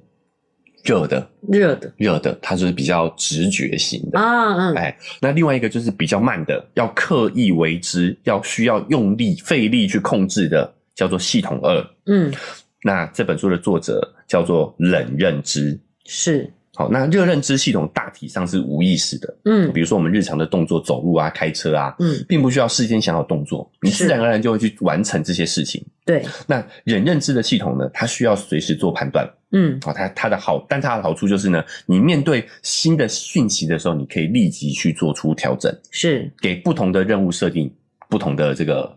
Speaker 2: 热的
Speaker 1: 热的
Speaker 2: 热的，它就是比较直觉型的。
Speaker 1: 啊，嗯，
Speaker 2: 哎，那另外一个就是比较慢的，要刻意为之，要需要用力费力去控制的，叫做系统二。
Speaker 1: 嗯，
Speaker 2: 那这本书的作者叫做冷认知。
Speaker 1: 是，
Speaker 2: 好，那热认知系统大体上是无意识的，
Speaker 1: 嗯
Speaker 2: 比如说我们日常的动作，走路啊、开车啊，
Speaker 1: 嗯，
Speaker 2: 并不需要事先想好动作，你
Speaker 1: 是
Speaker 2: 自然而然就会去完成这些事情。
Speaker 1: 对，
Speaker 2: 那冷认知的系统呢，它需要随时做判断。
Speaker 1: 嗯
Speaker 2: 好，它它的好，但它的好处就是呢，你面对新的讯息的时候，你可以立即去做出调整。
Speaker 1: 是，
Speaker 2: 给不同的任务设定不同的这个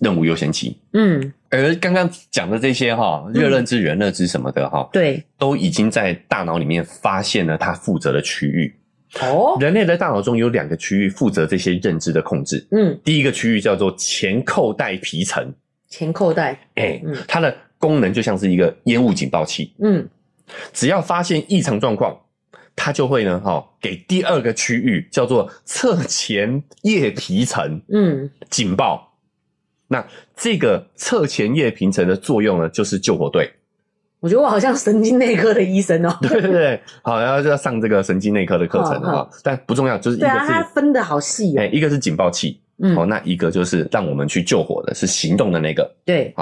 Speaker 2: 任务优先级。
Speaker 1: 嗯
Speaker 2: 而刚刚讲的这些哈，热认知、人认知什么的哈，
Speaker 1: 对，
Speaker 2: 都已经在大脑里面发现了它负责的区域。
Speaker 1: 哦，
Speaker 2: 人类的大脑中有两个区域负责这些认知的控制，
Speaker 1: 嗯，
Speaker 2: 第一个区域叫做前扣带皮层，
Speaker 1: 前扣带，
Speaker 2: 哎
Speaker 1: 嗯，
Speaker 2: 它的功能就像是一个烟雾警报器，
Speaker 1: 嗯，
Speaker 2: 只要发现异常状况。它就会呢，哈、给第二个区域叫做侧前叶皮层，
Speaker 1: 嗯，
Speaker 2: 警报。那这个侧前叶平层的作用呢，就是救火队。
Speaker 1: 我觉得我好像神经内科的医生哦。
Speaker 2: 对对对，好，然后就要上这个神经内科的课程
Speaker 1: 好
Speaker 2: 啊、但不重要，就是一
Speaker 1: 哦 对
Speaker 2: 个
Speaker 1: 啊，
Speaker 2: 是
Speaker 1: 他分的好细
Speaker 2: 哎、
Speaker 1: 哦。
Speaker 2: 一个是警报器，哦，
Speaker 1: 嗯，
Speaker 2: 那一个就是让我们去救火的，是行动的那个。
Speaker 1: 对，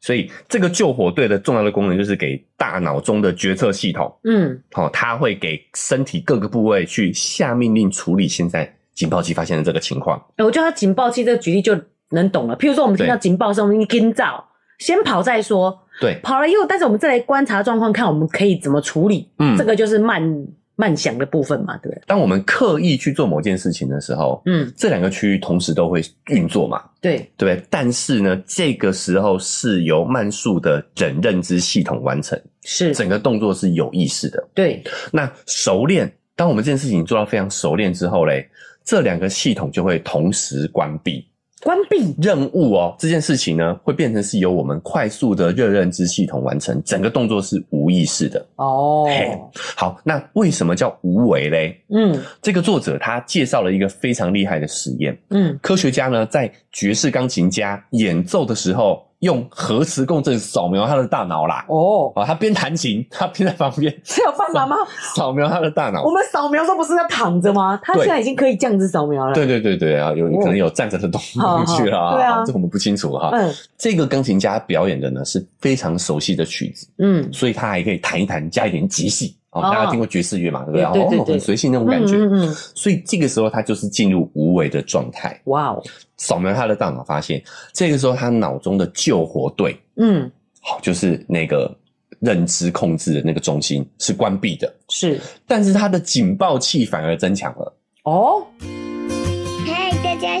Speaker 2: 所以这个救火队的重要的功能就是给大脑中的决策系统，
Speaker 1: 嗯
Speaker 2: 哦，它会给身体各个部位去下命令处理现在警报器发现的这个情况。
Speaker 1: 哎我觉得他警报器这个举例就能懂了。譬如说，我们听到
Speaker 2: 对
Speaker 1: 警报声，我们跟照，先跑再说，
Speaker 2: 对，
Speaker 1: 跑了以后，但是我们再来观察状况，看我们可以怎么处理。
Speaker 2: 嗯
Speaker 1: 这个就是慢慢想的部分嘛，对不对？
Speaker 2: 当我们刻意去做某件事情的时候，
Speaker 1: 嗯，
Speaker 2: 这两个区域同时都会运作嘛，
Speaker 1: 对，
Speaker 2: 对不对？但是呢，这个时候是由慢速的人认知系统完成，
Speaker 1: 是，
Speaker 2: 整个动作是有意识的。
Speaker 1: 对，
Speaker 2: 那熟练，当我们这件事情做到非常熟练之后嘞，这两个系统就会同时关闭。
Speaker 1: 关闭，
Speaker 2: 任务哦，这件事情呢，会变成是由我们快速的热认知系统完成，整个动作是无意识的。
Speaker 1: 哦，
Speaker 2: 嘿好，那为什么叫无为嘞？
Speaker 1: 嗯
Speaker 2: 这个作者他介绍了一个非常厉害的实验，
Speaker 1: 嗯，
Speaker 2: 科学家呢在爵士钢琴家演奏的时候，用核磁共振扫描他的大脑啦。
Speaker 1: 哦，
Speaker 2: 哦，他边弹琴，他边在旁边
Speaker 1: 是有办法吗？
Speaker 2: 扫描他的大脑
Speaker 1: 我。们扫描的时候不是要躺着吗？他
Speaker 2: 对
Speaker 1: 现在已经可以这样子扫描了。
Speaker 2: 对对对对啊，有
Speaker 1: 哦
Speaker 2: 可能有站着的动
Speaker 1: 好好
Speaker 2: 进去了
Speaker 1: 对啊
Speaker 2: 这我们不清楚哈。
Speaker 1: 嗯
Speaker 2: 这个钢琴家表演的呢是非常熟悉的曲子，
Speaker 1: 嗯，
Speaker 2: 所以他还可以弹一弹，加一点即兴。
Speaker 1: 哦
Speaker 2: 哦，大家听过爵士乐嘛，对不对？
Speaker 1: 对对对
Speaker 2: 哦，
Speaker 1: 对
Speaker 2: 很随性那种感觉。
Speaker 1: 嗯嗯嗯
Speaker 2: 所以这个时候他就是进入无为的状态，
Speaker 1: 哇哦，
Speaker 2: 扫描他的大脑，发现这个时候他脑中的救火队
Speaker 1: 嗯，
Speaker 2: 好，就是那个认知控制的那个中心是关闭的，
Speaker 1: 是
Speaker 2: 但是它的警报器反而增强了。
Speaker 1: 哦，
Speaker 3: 嗨，大家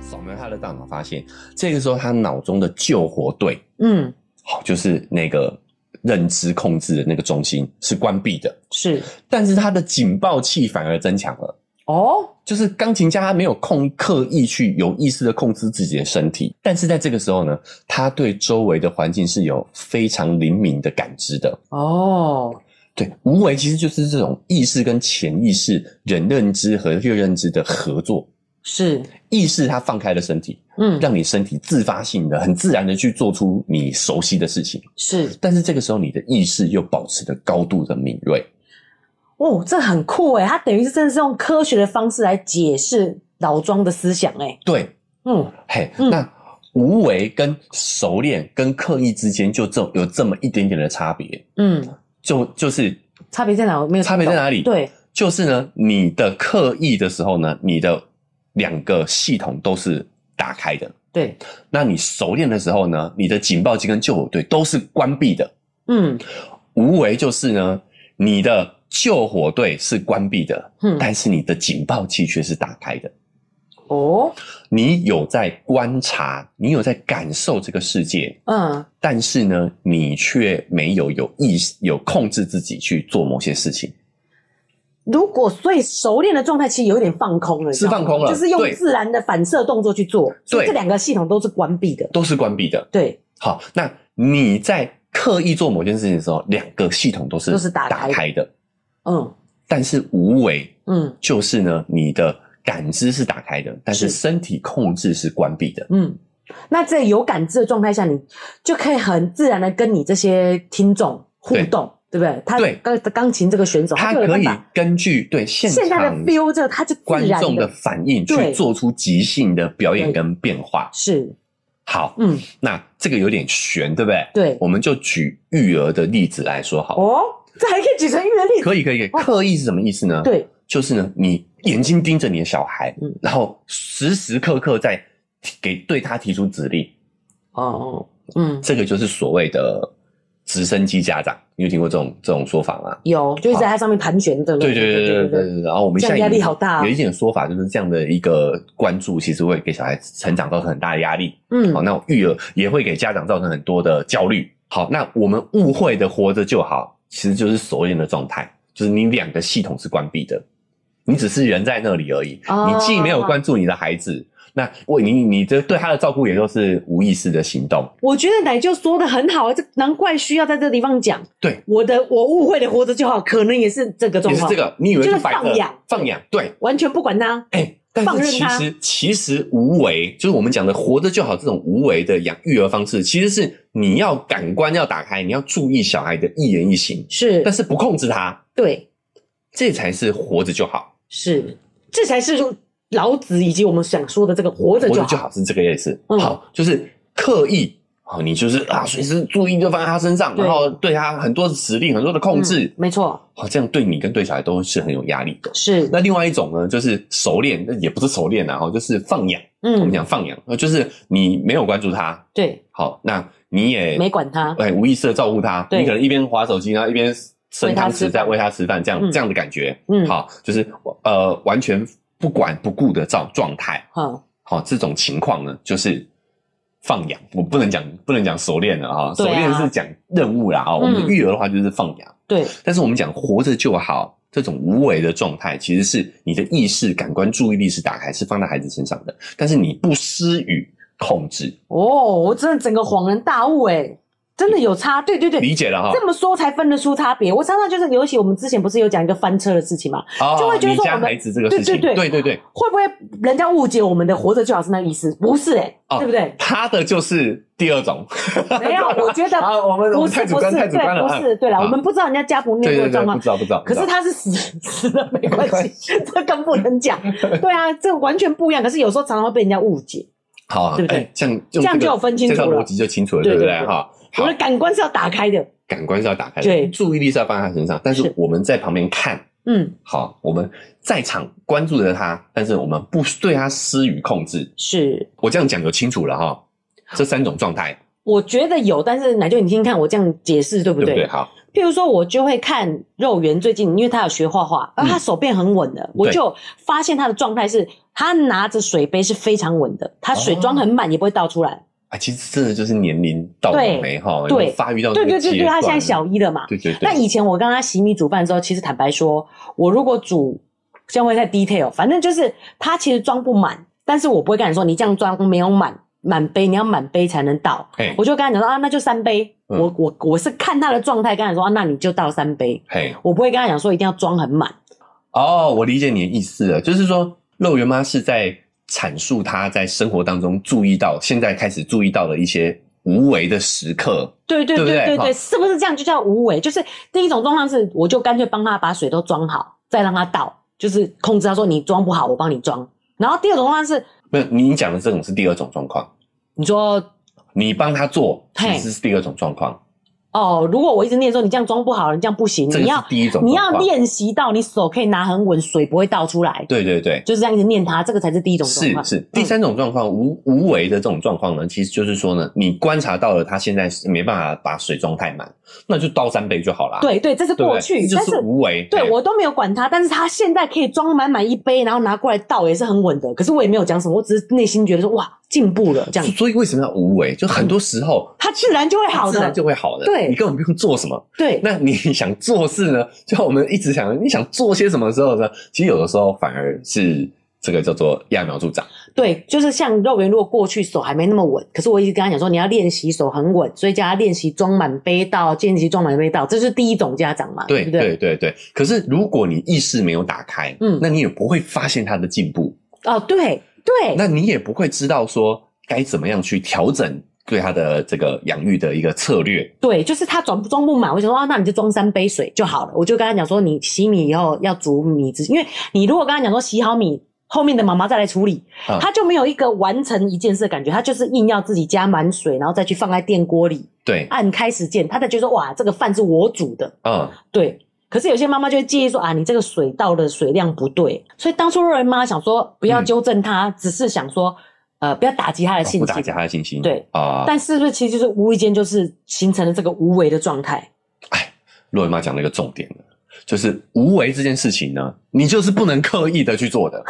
Speaker 2: 扫描他的大脑，发现这个时候他脑中的救火队，
Speaker 1: 嗯，
Speaker 2: 好，就是那个认知控制的那个中心是关闭的。
Speaker 1: 是
Speaker 2: 但是他的警报器反而增强了。
Speaker 1: 哦，
Speaker 2: 就是钢琴家他没有控刻意去有意识的控制自己的身体，但是在这个时候呢，他对周围的环境是有非常灵敏的感知的。
Speaker 1: 哦，
Speaker 2: 对，无为其实就是这种意识跟潜意识、人认知和热认知的合作
Speaker 1: 是，
Speaker 2: 意识它放开了身体，
Speaker 1: 嗯，
Speaker 2: 让你身体自发性的、很自然的去做出你熟悉的事情。
Speaker 1: 是，
Speaker 2: 但是这个时候，你的意识又保持着高度的敏锐。
Speaker 1: 哦，这很酷诶，他等于是真的是用科学的方式来解释老庄的思想诶，
Speaker 2: 对，
Speaker 1: 嗯，
Speaker 2: 嘿，
Speaker 1: 嗯
Speaker 2: 那无为跟熟练跟刻意之间就这有这么一点点的差别，
Speaker 1: 嗯，
Speaker 2: 就就是
Speaker 1: 差别在哪？我没有
Speaker 2: 差别在
Speaker 1: 听懂
Speaker 2: 哪里
Speaker 1: 对，
Speaker 2: 就是呢，你的刻意的时候呢，你的两个系统都是打开的。
Speaker 1: 对，
Speaker 2: 那你熟练的时候呢，你的警报机跟救火队都是关闭的。
Speaker 1: 嗯
Speaker 2: 无为就是呢，你的救火队是关闭的，
Speaker 1: 嗯，
Speaker 2: 但是你的警报器却是打开的。
Speaker 1: 哦，
Speaker 2: 你有在观察，你有在感受这个世界，
Speaker 1: 嗯，
Speaker 2: 但是呢，你却没有有意识、有控制自己去做某些事情。
Speaker 1: 如果所以熟练的状态其实有一点放空了，你知道吗
Speaker 2: 是放空了
Speaker 1: 就是用
Speaker 2: 对
Speaker 1: 自然的反射动作去做，所以
Speaker 2: 对
Speaker 1: 这两个系统都是关闭的，
Speaker 2: 都是关闭的。
Speaker 1: 对，
Speaker 2: 好，那你在刻意做某件事情的时候，两个系统都是
Speaker 1: 都是打开
Speaker 2: 打
Speaker 1: 的
Speaker 2: 开的，
Speaker 1: 嗯
Speaker 2: 但是无为
Speaker 1: 嗯
Speaker 2: 就是呢，你的感知是打开的，但是
Speaker 1: 是
Speaker 2: 身体控制是关闭的。
Speaker 1: 嗯。那在有感知的状态下，你就可以很自然的跟你这些听众互动，对不对？他
Speaker 2: 对
Speaker 1: 钢钢琴这个选手，
Speaker 2: 它
Speaker 1: 就有
Speaker 2: 可
Speaker 1: 办
Speaker 2: 以
Speaker 1: 法
Speaker 2: 根据对现
Speaker 1: 现在的
Speaker 2: 场
Speaker 1: feel 这个，他就自
Speaker 2: 观
Speaker 1: 然
Speaker 2: 众的
Speaker 1: 的
Speaker 2: 反应去
Speaker 1: 对
Speaker 2: 做出即兴的表演
Speaker 1: 对
Speaker 2: 跟变化。
Speaker 1: 是，
Speaker 2: 好，
Speaker 1: 嗯，
Speaker 2: 那这个有点悬，对不对？
Speaker 1: 对，
Speaker 2: 我们就举育儿的例子来说好了。
Speaker 1: 哦，这还可以举成一个例子，
Speaker 2: 可以可以，可以
Speaker 1: 哇
Speaker 2: 刻意是什么意思呢？，
Speaker 1: 对，
Speaker 2: 就是呢，你眼睛盯着你的小孩，
Speaker 1: 嗯
Speaker 2: 然后时时刻刻在提给对他提出指令，
Speaker 1: 哦，嗯，
Speaker 2: 这个就是所谓的直升机家长。你有听过这种这种说法吗？
Speaker 1: 有，就是在它上面盘旋的，
Speaker 2: 对对对对对对对。然后我们
Speaker 1: 这
Speaker 2: 现
Speaker 1: 样压
Speaker 2: 在
Speaker 1: 力
Speaker 2: 有
Speaker 1: 好大哦
Speaker 2: 有一点说法就是这样的一个关注，其实会给小孩成长造成很大的压力。
Speaker 1: 嗯
Speaker 2: 好，，那育儿也会给家长造成很多的焦虑。好，那我们误会的活着就好，其实就是熟练的状态，就是你两个系统是关闭的，你只是人在那里而已。
Speaker 1: 哦
Speaker 2: 你既没有关注你的孩子，那为你你的对他的照顾也都是无意识的行动。
Speaker 1: 我觉得奶就说的很好，这难怪需要在这个地方讲。
Speaker 2: 对，
Speaker 1: 我的我误会的活着就好，可能也是这个状
Speaker 2: 也是
Speaker 1: 况，
Speaker 2: 这个，你以为
Speaker 1: 就是
Speaker 2: 摆着
Speaker 1: 放养
Speaker 2: 放养，对，
Speaker 1: 完全不管它。
Speaker 2: 哎、但
Speaker 1: 放
Speaker 2: 是
Speaker 1: 任
Speaker 2: 其
Speaker 1: 他
Speaker 2: 实其实无为，就是我们讲的活着就好这种无为的养育儿方式，其实是你要感官要打开，你要注意小孩的一言一行，
Speaker 1: 是
Speaker 2: 但，是不控制他，
Speaker 1: 对，
Speaker 2: 这才是活着就好，
Speaker 1: 是，这才是老子以及我们想说的这个活着
Speaker 2: 活
Speaker 1: 就
Speaker 2: 着就
Speaker 1: 好。
Speaker 2: 好是这个意思。
Speaker 1: 嗯
Speaker 2: 好，就是刻意哦，你就是啊，随时注意就放在他身上，
Speaker 1: 对
Speaker 2: 然后对他很多的指令、很多的控制
Speaker 1: 嗯，没错，
Speaker 2: 好、这样对你跟对小孩都是很有压力的。
Speaker 1: 是，
Speaker 2: 那另外一种呢，就是熟练，那也不是熟练然、啊、后就是放养。我
Speaker 1: 嗯，
Speaker 2: 们讲放养，呃就是你没有关注他，
Speaker 1: 对，
Speaker 2: 好，那你也
Speaker 1: 没管它。
Speaker 2: 哎无意识的照顾他，
Speaker 1: 对
Speaker 2: 你可能一边划手机，然后一边
Speaker 1: 喂
Speaker 2: 盛
Speaker 1: 他
Speaker 2: 汤
Speaker 1: 吃
Speaker 2: 匙在
Speaker 1: 饭
Speaker 2: 喂他吃饭，这样、
Speaker 1: 嗯
Speaker 2: 这样的感觉，
Speaker 1: 嗯，，
Speaker 2: 好，就是呃完全不管不顾的状状态，
Speaker 1: 好，
Speaker 2: 好，这种情况呢，就是放养，我不能讲不能讲熟练了哈，
Speaker 1: 对
Speaker 2: 熟
Speaker 1: 啊
Speaker 2: 练是讲任务啦啊，我们
Speaker 1: 嗯
Speaker 2: 育儿的话就是放养，
Speaker 1: 对，
Speaker 2: 但是我们讲活着就好这种无为的状态，其实是你的意识、感官、注意力是打开，是放在孩子身上的，但是你不施予控制，
Speaker 1: 哦，我真的整个恍然大悟，哎，真的有差，对对对，
Speaker 2: 理解了哈？
Speaker 1: 这么说才分得出差别。我常常就是，尤其我们之前不是有讲一个翻车的事情嘛，
Speaker 2: 哦
Speaker 1: 就会觉得
Speaker 2: 你
Speaker 1: 说
Speaker 2: 家
Speaker 1: 我们
Speaker 2: 孩子这个事情，
Speaker 1: 对对
Speaker 2: 对
Speaker 1: 对
Speaker 2: 对对，
Speaker 1: 会不会人家误解我们的活着就好是那个意思？不是哎、欸
Speaker 2: 哦
Speaker 1: 对不对？
Speaker 2: 他的就是第二种，
Speaker 1: 没 有，我觉得
Speaker 2: 啊，我们
Speaker 1: 不
Speaker 2: 我们
Speaker 1: 是
Speaker 2: 太主
Speaker 1: 不是
Speaker 2: 观太主观了，
Speaker 1: 对，不是对了，
Speaker 2: 啊
Speaker 1: 我们不知道人家家不
Speaker 2: 对
Speaker 1: 内部
Speaker 2: 对
Speaker 1: 的
Speaker 2: 对，
Speaker 1: 状
Speaker 2: 不
Speaker 1: 况。
Speaker 2: 知道不知道，
Speaker 1: 啊可是
Speaker 2: 不知道
Speaker 1: 他是死死了没关
Speaker 2: 没关
Speaker 1: 系， 这更不能讲。对啊，这完全不一样。可是有时候常常会被人家误解，
Speaker 2: 好啊，
Speaker 1: 对不对
Speaker 2: 哎这样这
Speaker 1: 这样就有分清
Speaker 2: 这
Speaker 1: 楚
Speaker 2: 套逻
Speaker 1: 了。
Speaker 2: 辑就清楚了，
Speaker 1: 对
Speaker 2: 对不对
Speaker 1: 对对
Speaker 2: 哈？
Speaker 1: 我
Speaker 2: 好
Speaker 1: 的，感官是要打开的。
Speaker 2: 感官是要打开的，
Speaker 1: 对
Speaker 2: 注意力是要放在他身上，但是
Speaker 1: 是
Speaker 2: 我们在旁边看，
Speaker 1: 嗯，
Speaker 2: 好，我们在场关注着他，但是我们不对他施予控制。
Speaker 1: 是，
Speaker 2: 我这样讲就清楚了哈，这三种状态，
Speaker 1: 我觉得有，但是奶舅，你听听看我这样解释对不
Speaker 2: 对不
Speaker 1: 对？
Speaker 2: 对？好，
Speaker 1: 譬如说，我就会看肉圆最近，因为他有学画画，
Speaker 2: 嗯
Speaker 1: 而他手变很稳的，我就发现他的状态是，他拿着水杯是非常稳的，他水装很满也不会倒出来。
Speaker 2: 啊，其实真的就是年龄到了
Speaker 1: 对
Speaker 2: 没哈，
Speaker 1: 对
Speaker 2: 哦有发育到
Speaker 1: 对
Speaker 2: 这
Speaker 1: 对
Speaker 2: 个
Speaker 1: 对
Speaker 2: 阶
Speaker 1: 对，他
Speaker 2: 段
Speaker 1: 现在小，一了嘛。
Speaker 2: 对对对，
Speaker 1: 那以前我跟他洗米煮饭的时候，其实坦白说，我如果煮，这样会太 detail，反正就是他其实装不满，但是我不会跟你说你这样装没有满满杯，你要满杯才能倒。
Speaker 2: 嘿
Speaker 1: 我就跟他讲说啊，那就三杯。
Speaker 2: 嗯
Speaker 1: 我我我是看他的状态，跟他说啊，那你就倒三杯。
Speaker 2: 嘿，
Speaker 1: 我不会跟他讲说一定要装很满。
Speaker 2: 哦，我理解你的意思了，就是说肉圆妈是在阐述他在生活当中注意到，现在开始注意到的一些无为的时刻。
Speaker 1: 对对
Speaker 2: 对不
Speaker 1: 对
Speaker 2: 对
Speaker 1: 对
Speaker 2: 哈
Speaker 1: 对，是不是这样就叫无为？就是第一种状况是，我就干脆帮他把水都装好，再让他倒，就是控制他说你装不好，我帮你装。然后第二种状况是，
Speaker 2: 没有，你讲的这种是第二种状况，
Speaker 1: 你说
Speaker 2: 你帮他做其
Speaker 1: 嘿
Speaker 2: 实是第二种状况，
Speaker 1: 哦，如果我一直念说你这样装不好，你这样不行，
Speaker 2: 这个
Speaker 1: 你
Speaker 2: 是
Speaker 1: 要
Speaker 2: 第一种状
Speaker 1: 你要
Speaker 2: 况。
Speaker 1: 练习到你手可以拿很稳，水不会倒出来，
Speaker 2: 对对对，
Speaker 1: 就是这样一直念它，这个才是第一种状
Speaker 2: 是
Speaker 1: 况。嗯
Speaker 2: 是，第三种状况、无无为的这种状况呢，其实就是说呢，你观察到了他现在是没办法把水装太满，那就倒三杯就好啦。
Speaker 1: 对对，这是
Speaker 2: 对不
Speaker 1: 过
Speaker 2: 对，
Speaker 1: 去，
Speaker 2: 这就
Speaker 1: 但
Speaker 2: 是
Speaker 1: 是
Speaker 2: 无为。
Speaker 1: 对
Speaker 2: 嘿
Speaker 1: 我都没有管他，但是他现在可以装满满一杯，然后拿过来倒也是很稳的。可是我也没有讲什么，我只是内心觉得说哇进步了这样，
Speaker 2: 所以为什么要无为？就很多时候。
Speaker 1: 他自然就会好
Speaker 2: 自然
Speaker 1: 的。
Speaker 2: 就会好的，
Speaker 1: 对
Speaker 2: 你根本不用做什么。
Speaker 1: 对
Speaker 2: 那你想做事呢？就像我们一直想，你想做些什么时候呢？其实有的时候反而是这个叫做揠苗助长。
Speaker 1: 对，就是像肉圆，如果过去手还没那么稳，可是我一直跟他讲说你要练习手很稳，所以叫他练习装满杯倒，练习装满杯倒，这是第一种家长嘛，
Speaker 2: 对
Speaker 1: 不
Speaker 2: 对对对。可是如果你意识没有打开，
Speaker 1: 嗯
Speaker 2: 那你也不会发现他的进步。
Speaker 1: 哦，对对，
Speaker 2: 那你也不会知道说该怎么样去调整对他的这个养育的一个策略。
Speaker 1: 对，就是他装装不满，我想说、啊，那你就装三杯水就好了。我就跟他讲说，你洗米以后要煮米之，因为你如果跟他讲说洗好米，后面的妈妈再来处理，
Speaker 2: 啊
Speaker 1: 他就没有一个完成一件事的感觉，他就是硬要自己加满水，然后再去放在电锅里
Speaker 2: 对，
Speaker 1: 按开始键，他才觉得说哇，这个饭是我煮的，
Speaker 2: 嗯，
Speaker 1: 对。可是有些妈妈就会介意说啊，你这个水倒的水量不对，所以当初瑞文妈想说不要
Speaker 2: 嗯哦
Speaker 1: 纠正他，只是想说呃不要打击他的信
Speaker 2: 不
Speaker 1: 心
Speaker 2: 打，击他的信心。
Speaker 1: 对
Speaker 2: 啊，
Speaker 1: 但是不是其实就是无意间就是形成了这个无为的状态？
Speaker 2: 洛文妈讲了一个重点了就是无为这件事情呢，你就是不能刻意的去做的，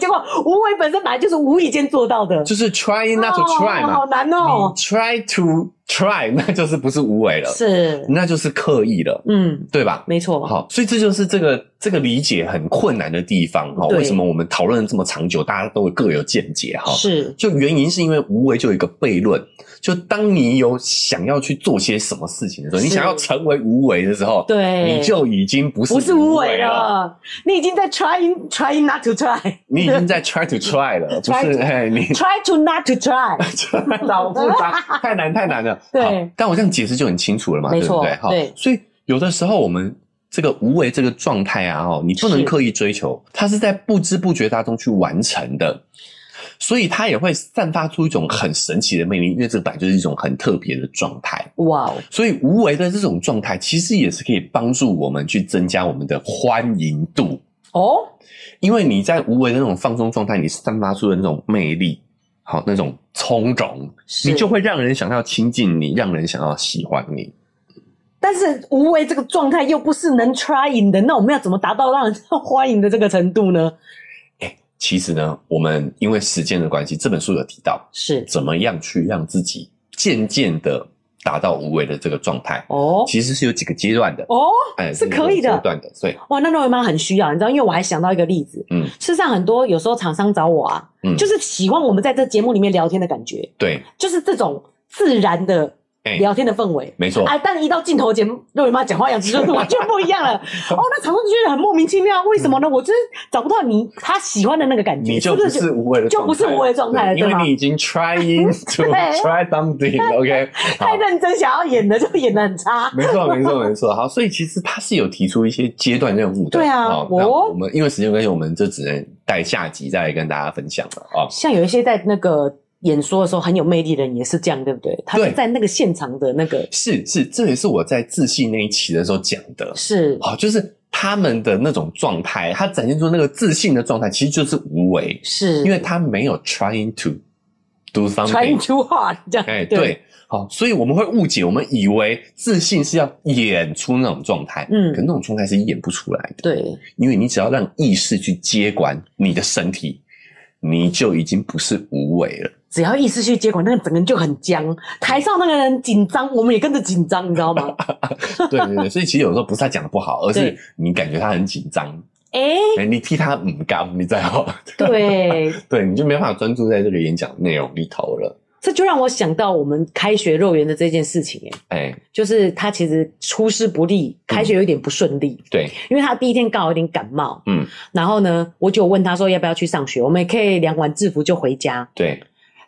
Speaker 1: 结果无为本身本来就是无意间做到的，
Speaker 2: 就是 try not to try
Speaker 1: 哦
Speaker 2: 嘛。
Speaker 1: 好难
Speaker 2: 你
Speaker 1: 哦。
Speaker 2: try to try，那 就是不是无为了，
Speaker 1: 是，
Speaker 2: 那就是刻意了，
Speaker 1: 嗯，
Speaker 2: 对吧？
Speaker 1: 没错，
Speaker 2: 好，所以这就是这个这个理解很困难的地方哈。
Speaker 1: 对
Speaker 2: 为什么我们讨论了这么长久，大家都各有见解哈？
Speaker 1: 是，
Speaker 2: 就原因是因为无为就有一个悖论，就当你有想要去做些什么事情的时候，
Speaker 1: 是
Speaker 2: 你想要成为无为的时候，
Speaker 1: 对
Speaker 2: 你就已经不是
Speaker 1: 不是无为
Speaker 2: 了，
Speaker 1: 了，你已经在 trying trying not to try，
Speaker 2: 你已经在 try to try 了，不
Speaker 1: Try
Speaker 2: 是
Speaker 1: to-
Speaker 2: 哎你
Speaker 1: try to not to try，
Speaker 2: 好复杂，太难太难了。
Speaker 1: 对
Speaker 2: 好，但我这样解释就很清楚了嘛，
Speaker 1: 没
Speaker 2: 对不
Speaker 1: 错
Speaker 2: 对？好
Speaker 1: 对
Speaker 2: 所以有的时候我们。这个无为这个状态啊，哦，你不能
Speaker 1: 是
Speaker 2: 刻意追求，它是在不知不觉当中去完成的，所以它也会散发出一种很神奇的魅力，因为这本来就是一种很特别的状态。
Speaker 1: 哇哦，
Speaker 2: 所以无为的这种状态，其实也是可以帮助我们去增加我们的欢迎度，
Speaker 1: 哦，
Speaker 2: 因为你在无为的那种放松状态，你散发出的那种魅力，好那种从容，
Speaker 1: 是
Speaker 2: 你就会让人想要亲近你，让人想要喜欢你。
Speaker 1: 但是无为这个状态又不是能 trying 的，那我们要怎么达到让人家欢迎的这个程度呢？
Speaker 2: 其实呢，我们因为时间的关系，这本书有提到
Speaker 1: 是，
Speaker 2: 怎么样去让自己渐渐的达到无为的这个状态，
Speaker 1: 哦，
Speaker 2: 其实是有几个阶段的，
Speaker 1: 哦，
Speaker 2: 哎
Speaker 1: 是可以的
Speaker 2: 有阶段的，所以
Speaker 1: 哇，那肉圆妈很需要，你知道，因为我还想到一个例子，
Speaker 2: 嗯
Speaker 1: 事实上很多有时候厂商找我啊，
Speaker 2: 嗯
Speaker 1: 就是喜欢我们在这节目里面聊天的感觉，
Speaker 2: 对，
Speaker 1: 就是这种自然的
Speaker 2: 哎
Speaker 1: 聊天的氛围。
Speaker 2: 没错，
Speaker 1: 哎，但一到镜头前，肉圆妈讲话样子就是完全不一样 了。哦，那场上就觉得很莫名其妙，为什么呢？我就是找不到你他喜欢的那个感觉，
Speaker 2: 嗯你就是不
Speaker 1: 是
Speaker 2: 是无为的状
Speaker 1: 就
Speaker 2: 态了，
Speaker 1: 不是无为的状态了
Speaker 2: 对因
Speaker 1: 对吗
Speaker 2: 为你已经 trying to
Speaker 1: 对
Speaker 2: try something，OK，、
Speaker 1: 太
Speaker 2: 好，
Speaker 1: 认真想要演的，就演的很差。
Speaker 2: 没错，没错，没错，好，所以其实他是有提出一些阶段任务的，
Speaker 1: 对啊
Speaker 2: 好
Speaker 1: 我
Speaker 2: 那我们因为时间关系，我们就只能待下集再来跟大家分享了啊、哦。
Speaker 1: 像有一些在那个演说的时候很有魅力的人也是这样，对不对？他
Speaker 2: 对
Speaker 1: 是在那个现场的那个
Speaker 2: 是是，这也是我在自信那一期的时候讲的，
Speaker 1: 是
Speaker 2: 好，就是他们的那种状态，他展现出那个自信的状态，其实就是无为，
Speaker 1: 是，
Speaker 2: 因为他没有 trying to do something，
Speaker 1: trying too hard 这样。
Speaker 2: 哎，对，好，所以我们会误解，我们以为自信是要演出那种状态，
Speaker 1: 嗯
Speaker 2: 可那种状态是演不出来的，
Speaker 1: 对，
Speaker 2: 因为你只要让意识去接管你的身体，你就已经不是无为 了。
Speaker 1: 只要意识去接管，那个整个人就很僵。台上那个人紧张，我们也跟着紧张，你知道 吗？
Speaker 2: 对对对，所以其实有时候不是他讲的不好，而是
Speaker 1: 对
Speaker 2: 你感觉他很紧张，
Speaker 1: 哎、
Speaker 2: 哎，你替他 唔干，你知道吗？
Speaker 1: 对，
Speaker 2: 对，你就没办法专注在这个演讲内容里头了。
Speaker 1: 这就让我想到我们开学肉圆的这件事情、欸，哎，
Speaker 2: 哎，
Speaker 1: 就是他其实出师不利，开学有点不顺利，
Speaker 2: 对，
Speaker 1: 因为他第一天刚好有点感冒，
Speaker 2: 嗯，
Speaker 1: 然后呢，我就问他说要不要去上学，我们也可以量完制服就回家，
Speaker 2: 对，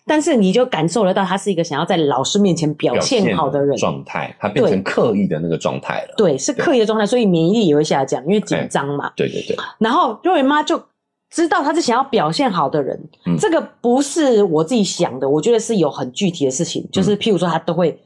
Speaker 1: 但是你就感受得到他是一个想要在老师面前表现好的人，
Speaker 2: 状态，他变成刻意的那个状态了。
Speaker 1: 对，是刻意的状态，所以免疫力也会下降，因为紧张嘛。
Speaker 2: 对对对，
Speaker 1: 然后肉圆妈就知道他是想要表现好的人，
Speaker 2: 嗯
Speaker 1: 这个不是我自己想的，我觉得是有很具体的事情，
Speaker 2: 嗯
Speaker 1: 就是譬如说他都会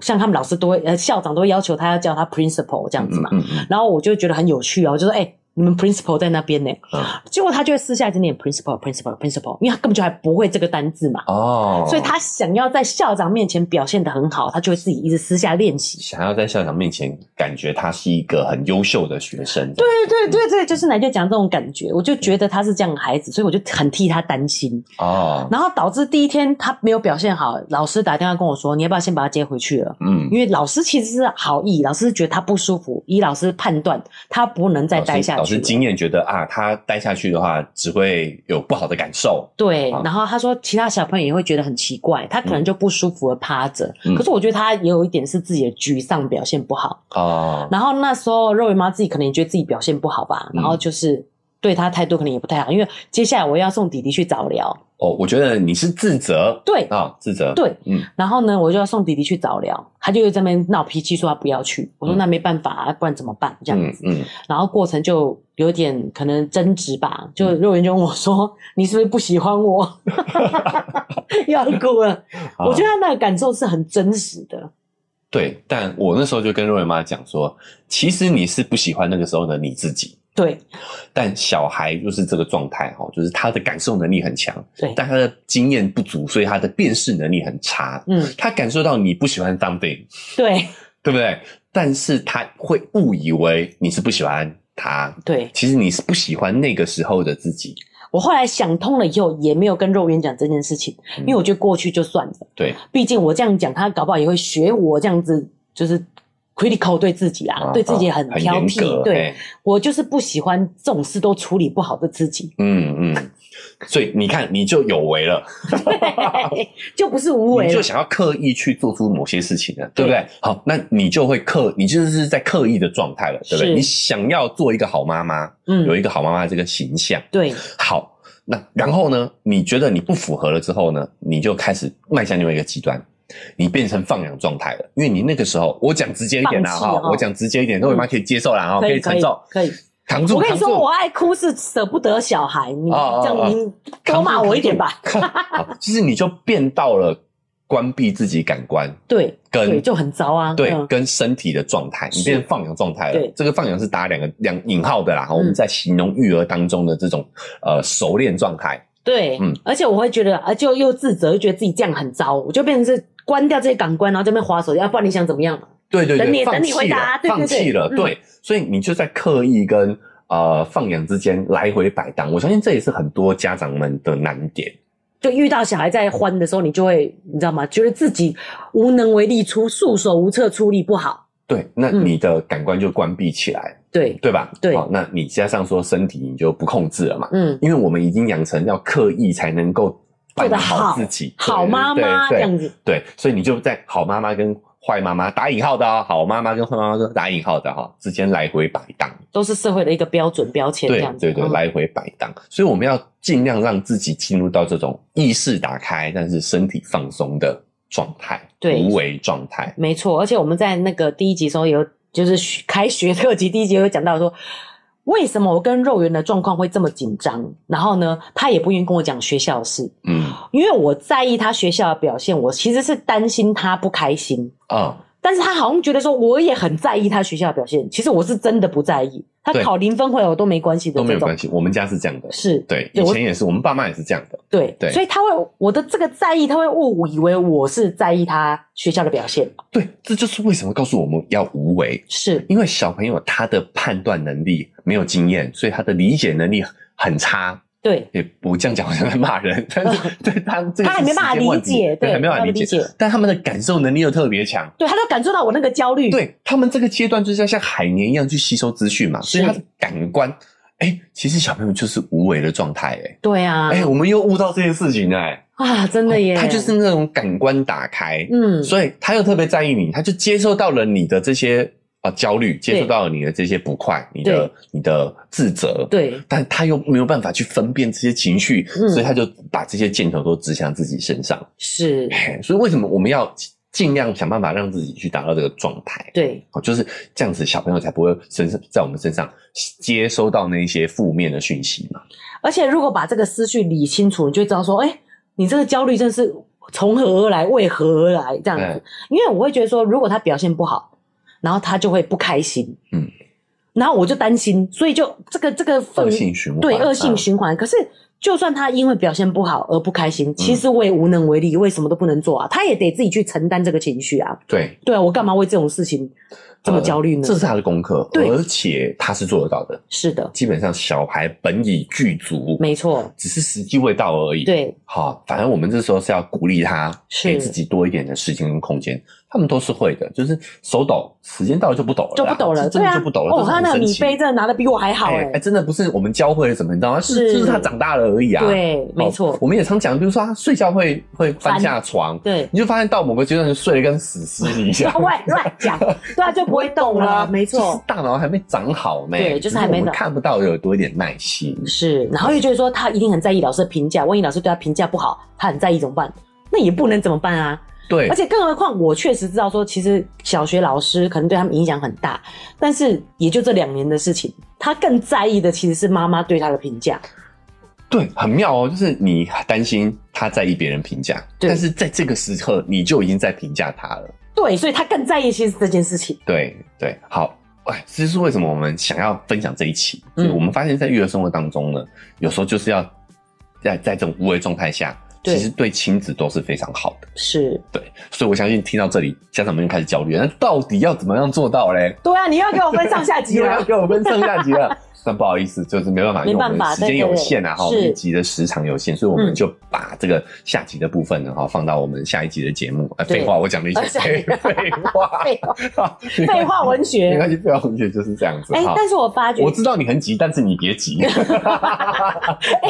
Speaker 1: 像他们老师都会呃校长都会要求他要叫他 principal 这样子嘛，
Speaker 2: 嗯嗯
Speaker 1: 然后我就觉得很有趣哦，就说哎、你们 principal 在那边呢，
Speaker 2: 嗯，
Speaker 1: 结果他就会私下一直念 principal principal principal，因为他根本就还不会这个单字嘛。
Speaker 2: 哦，
Speaker 1: 所以他想要在校长面前表现得很好，他就会自己一直私下练习。
Speaker 2: 想要在校长面前感觉他是一个很优秀的学生。对，
Speaker 1: 对对对对，就是奶就讲这种感觉，我就觉得他是这样的孩子，所以我就很替他担心。
Speaker 2: 哦，
Speaker 1: 然后导致第一天他没有表现好，老师打电话跟我说，你要不要先把他接回去了？
Speaker 2: 嗯，
Speaker 1: 因为老师其实是好意，老师是觉得他不舒服，以老师判断他不
Speaker 2: 哦
Speaker 1: 能再待下
Speaker 2: 老
Speaker 1: 去
Speaker 2: 师老师
Speaker 1: 了。
Speaker 2: 经验觉得啊，他待下去的话，只会有不好的感受。
Speaker 1: 对
Speaker 2: 啊，
Speaker 1: 然后他说其他小朋友也会觉得很奇怪，他可能就不舒服的趴着。
Speaker 2: 嗯
Speaker 1: 可是我觉得他也有一点是自己的沮丧表现不好。
Speaker 2: 哦，
Speaker 1: 然后那时候肉圆妈自己可能也觉得自己表现不好吧，
Speaker 2: 嗯
Speaker 1: 然后就是对他态度可能也不太好，因为接下来我要送弟弟去早疗，
Speaker 2: 哦，我觉得你是自责。
Speaker 1: 对
Speaker 2: 啊、自责。，
Speaker 1: 对，
Speaker 2: 嗯，
Speaker 1: 然后呢，我就要送弟弟去早疗，他就在那边闹脾气，说他不要去。我说
Speaker 2: 嗯
Speaker 1: 那没办法啊，不然怎么办？这样
Speaker 2: 嗯
Speaker 1: 子，
Speaker 2: 嗯，
Speaker 1: 然后过程就有点可能争执吧。就肉圆就问我说：“你是不是不喜欢我？” 要哭了。
Speaker 2: 啊
Speaker 1: 我觉得他那个感受是很真实的，
Speaker 2: 对，但我那时候就跟瑞文妈讲说，其实你是不喜欢那个时候的你自己，
Speaker 1: 对
Speaker 2: 但小孩就是这个状态哈，就是他的感受能力很强，
Speaker 1: 对，
Speaker 2: 但他的经验不足，所以他的辨识能力很差。
Speaker 1: 嗯，
Speaker 2: 他感受到你不喜欢 something，
Speaker 1: 对
Speaker 2: 对不对？但是他会误以为你是不喜欢他，
Speaker 1: 对。
Speaker 2: 其实你是不喜欢那个时候的自己。
Speaker 1: 我后来想通了以后，也没有跟肉圆讲这件事情，因为我觉得过去就算了。
Speaker 2: 对，
Speaker 1: 毕竟我这样讲，他搞不好也会学我这样子，就是 critical 对自己啊，对自己很
Speaker 2: 很
Speaker 1: 挑
Speaker 2: 严
Speaker 1: 剔
Speaker 2: 格，。
Speaker 1: 对
Speaker 2: 哎，
Speaker 1: 我就是不喜欢这种事都处理不好的自 己，
Speaker 2: 嗯嗯，所以你看，你就有为了。
Speaker 1: 就不是无为
Speaker 2: 你
Speaker 1: 了
Speaker 2: 就。想要刻意去做出某些事情了，
Speaker 1: 对
Speaker 2: 对不对？好，那你就会刻，你就是在刻意的状态了，对不对？
Speaker 1: 是
Speaker 2: 你想要做一个好妈妈，有
Speaker 1: 嗯，
Speaker 2: 一个好妈妈这个形象，
Speaker 1: 对
Speaker 2: 好，那然后呢？你觉得你不符合了之后呢，你就开始迈向另外一个极端。你变成放养状态了，因为你那个时候，我讲直接一点啦
Speaker 1: 放弃了
Speaker 2: 哈，
Speaker 1: 哦
Speaker 2: 我讲直接一点，各位妈可以接受啦哈，
Speaker 1: 可以
Speaker 2: 以承受，
Speaker 1: 可以可以
Speaker 2: 扛住，
Speaker 1: 我跟你
Speaker 2: 扛住。
Speaker 1: 说，我爱哭是舍不得小孩，你
Speaker 2: 哦哦
Speaker 1: 这
Speaker 2: 哦
Speaker 1: 样你多骂我一点吧。
Speaker 2: 好，就是你就变到了关闭自己感官，
Speaker 1: 对，
Speaker 2: 跟
Speaker 1: 对，就很糟啊。
Speaker 2: 对，
Speaker 1: 嗯
Speaker 2: 跟身体的状态，你
Speaker 1: 是
Speaker 2: 变成放养状态了
Speaker 1: 对。
Speaker 2: 这个放养是打两个两引号的啦，
Speaker 1: 嗯
Speaker 2: 我们在形容育儿当中的这种呃熟练状态。
Speaker 1: 对
Speaker 2: 嗯，
Speaker 1: 而且我会觉得，啊，就又自责，又觉得自己这样很糟，我就变成是关掉这些感官，然后这边划手机，要啊不然你想怎么样嘛？
Speaker 2: 对对
Speaker 1: 等
Speaker 2: 对，
Speaker 1: 你
Speaker 2: 放
Speaker 1: 等你
Speaker 2: 弃
Speaker 1: 回
Speaker 2: 了
Speaker 1: 答，对对
Speaker 2: 放弃
Speaker 1: 对
Speaker 2: 了，
Speaker 1: 嗯
Speaker 2: 对，所以你就在刻意跟呃放养之间来回摆荡。我相信这也是很多家长们的难点。
Speaker 1: 就遇到小孩在欢的时候，你就会你知道吗？觉得自己无能为力出，束手无策，出力不好。
Speaker 2: 对，那
Speaker 1: 嗯
Speaker 2: 你的感官就关闭起来，
Speaker 1: 对，
Speaker 2: 对吧？
Speaker 1: 对
Speaker 2: 好，那你加上说身体你就不控制了嘛，
Speaker 1: 嗯，
Speaker 2: 因为我们已经养成要刻意才能够扮
Speaker 1: 做得
Speaker 2: 演好
Speaker 1: 好
Speaker 2: 自己，
Speaker 1: 好
Speaker 2: 对
Speaker 1: 妈妈这
Speaker 2: 对对
Speaker 1: 样子，
Speaker 2: 对，所以你就在好妈妈跟坏妈妈打引号的、哦，好妈妈跟坏妈妈都打引号的哈、之间来回摆荡。
Speaker 1: 都是社会的一个标准标签这
Speaker 2: 对
Speaker 1: 样子。
Speaker 2: 对对，
Speaker 1: 嗯
Speaker 2: 来回摆荡。所以我们要尽量让自己进入到这种意识打开，但是身体放松的状态，
Speaker 1: 对
Speaker 2: 无为状态。
Speaker 1: 没错，而且我们在那个第一集的时候有，就是学开学特辑第一集有讲到说，为什么我跟肉圆的状况会这么紧张？然后呢，他也不愿意跟我讲学校的事，
Speaker 2: 嗯
Speaker 1: 因为我在意他学校的表现，我其实是担心他不开心。
Speaker 2: 啊、
Speaker 1: 但是他好像觉得说，我也很在意他学校的表现，其实我是真的不在意。他
Speaker 2: 对
Speaker 1: 考零分回来我都没关系的
Speaker 2: 都没
Speaker 1: 这
Speaker 2: 有
Speaker 1: 种
Speaker 2: 关，系。我们家是这样的，
Speaker 1: 是
Speaker 2: 对，以
Speaker 1: 对我
Speaker 2: 前也是，我们爸妈也是这样的。
Speaker 1: 对
Speaker 2: 对
Speaker 1: 所以他会我的这个在意，他会误以为我是在意他学校的表现，
Speaker 2: 对，这就是为什么告诉我们要无为，
Speaker 1: 是
Speaker 2: 因为小朋友他的判断能力没有经验，所以他的理解能力很差。
Speaker 1: 对
Speaker 2: 也我这样讲好像在骂人，但 是对他这个
Speaker 1: 他还没办法
Speaker 2: 是时间问题
Speaker 1: 理解
Speaker 2: 对，
Speaker 1: 对
Speaker 2: 还没办法
Speaker 1: 他的
Speaker 2: 理
Speaker 1: 理
Speaker 2: 解
Speaker 1: 解，
Speaker 2: 但他们的感受能力又特别强。
Speaker 1: 对，他都感受到我那个焦虑，
Speaker 2: 对他们这个阶段就是要像海绵一样去吸收资讯嘛，所以
Speaker 1: 是
Speaker 2: 他的感官，哎、其实小朋友就是无为的状态、
Speaker 1: 对啊，
Speaker 2: 哎、哎、我们又悟到这件事情哎、
Speaker 1: 啊，真的耶，
Speaker 2: 他就是那种感官打开，
Speaker 1: 嗯，
Speaker 2: 所以他又特别在意你，他就接受到了你的这些啊焦虑，接受到了你的这些不快，你的你的自责，，
Speaker 1: 对，
Speaker 2: 但他又没有办法去分辨这些情绪，
Speaker 1: 嗯
Speaker 2: 所以他就把这些箭头都指向自己身上。
Speaker 1: 是，
Speaker 2: 嘿所以为什么我们要尽量想办法让自己去达到这个状态？
Speaker 1: 对，
Speaker 2: 哦，就是这样子，小朋友才不会身上在我们身上接收到那一些负面的讯息嘛。
Speaker 1: 而且如果把这个思绪理清楚，你就会知道说，哎、你这个焦虑症是从何而来，为何而来这样子
Speaker 2: 对。
Speaker 1: 因为我会觉得说，如果他表现不好，然后他就会不开心，
Speaker 2: 嗯，
Speaker 1: 然后我就担心，所以就这个这个氛
Speaker 2: 恶性循环，
Speaker 1: 对恶性
Speaker 2: 嗯
Speaker 1: 循环。可是就算他因为表现不好而不开
Speaker 2: 嗯
Speaker 1: 心，其实我也无能为力，为什么都不能做啊？他也得自己去承担这个情绪啊。
Speaker 2: 对，
Speaker 1: 对啊，我干嘛为这种事情这么
Speaker 2: 呃
Speaker 1: 焦虑呢？
Speaker 2: 这是他的功课，
Speaker 1: 对
Speaker 2: 而且他是做得到的。
Speaker 1: 是的，
Speaker 2: 基本上小孩本已具足，
Speaker 1: 没错，
Speaker 2: 只是时机未到而已。，
Speaker 1: 对，
Speaker 2: 好，反正我们这时候是要鼓励他，
Speaker 1: 是
Speaker 2: 给自己多一点的时间跟空间。他们都是会的，就是手抖，时间到了就不抖了
Speaker 1: 就
Speaker 2: 啦，
Speaker 1: 不抖了，
Speaker 2: 这真
Speaker 1: 对
Speaker 2: 的
Speaker 1: 啊，
Speaker 2: 就不抖了。
Speaker 1: 哦，
Speaker 2: 这是
Speaker 1: 他
Speaker 2: 很
Speaker 1: 那个
Speaker 2: 神
Speaker 1: 米
Speaker 2: 奇
Speaker 1: 杯真的拿的比我还好
Speaker 2: 哎、
Speaker 1: 哎、
Speaker 2: 哎真的不是我们教会了什么，你知道吗？是
Speaker 1: 是
Speaker 2: 就是他长大了而已啊。
Speaker 1: 对，没错
Speaker 2: 哦，我们也常讲，比如说他睡觉会会翻下床，
Speaker 1: 对，
Speaker 2: 你就发现到某个阶段就睡得跟死尸一样
Speaker 1: 他。 乱乱讲，对啊，就不会动 了，没
Speaker 2: 就是
Speaker 1: 错。
Speaker 2: 大脑还没长好呢，
Speaker 1: 对就是还没
Speaker 2: 只我们
Speaker 1: 长
Speaker 2: 看不到有多一点耐心。
Speaker 1: 是，然后又觉得说他一定很在意老师的评价，万一老师对他评价不好，他很在意怎么办？那也不能怎么办啊！
Speaker 2: 对
Speaker 1: 而，且更何况，我确实知道说，其实小学老师可能对他们影响很大，但是也就这两年的事情，他更在意的其实是妈妈对他的评价。
Speaker 2: 对，很妙哦，就是你担心他在意别人评价，
Speaker 1: 对
Speaker 2: 但是在这个时刻你就已经在评价他了。
Speaker 1: 对，所以他更在意其实这件事情。
Speaker 2: 对对，好，哎，这是为什么我们想要分享这一期？
Speaker 1: 嗯
Speaker 2: 就是我们发现，在育儿生活当中呢，有时候就是要在在这种无为状态下，
Speaker 1: 对
Speaker 2: 其实对亲子都是非常好的。
Speaker 1: 是，
Speaker 2: 对，所以我相信听到这里，家长们就开始焦虑了，那到底要怎么样做到嘞？
Speaker 1: 对啊，你又要给我分上下集
Speaker 2: 又要
Speaker 1: 了。
Speaker 2: 给我们上下 集了。但不好意思，就是没办法，因
Speaker 1: 没
Speaker 2: 为我
Speaker 1: 办
Speaker 2: 们
Speaker 1: 法
Speaker 2: 时间有限啊，
Speaker 1: 对对对
Speaker 2: 哈，我们
Speaker 1: 是
Speaker 2: 一集的时长有限，所以我
Speaker 1: 嗯
Speaker 2: 们就把这个下集的部分呢，哈，放到我们下一集的节目。呃
Speaker 1: 对
Speaker 2: 废话，我讲 了一些废废话，
Speaker 1: 废话
Speaker 2: 废
Speaker 1: 废话文学
Speaker 2: 没关系，废啊话文学就是这样子
Speaker 1: 哎、
Speaker 2: 哈。
Speaker 1: 但是我发觉，
Speaker 2: 我知道你很急，但是你别急。
Speaker 1: 哎、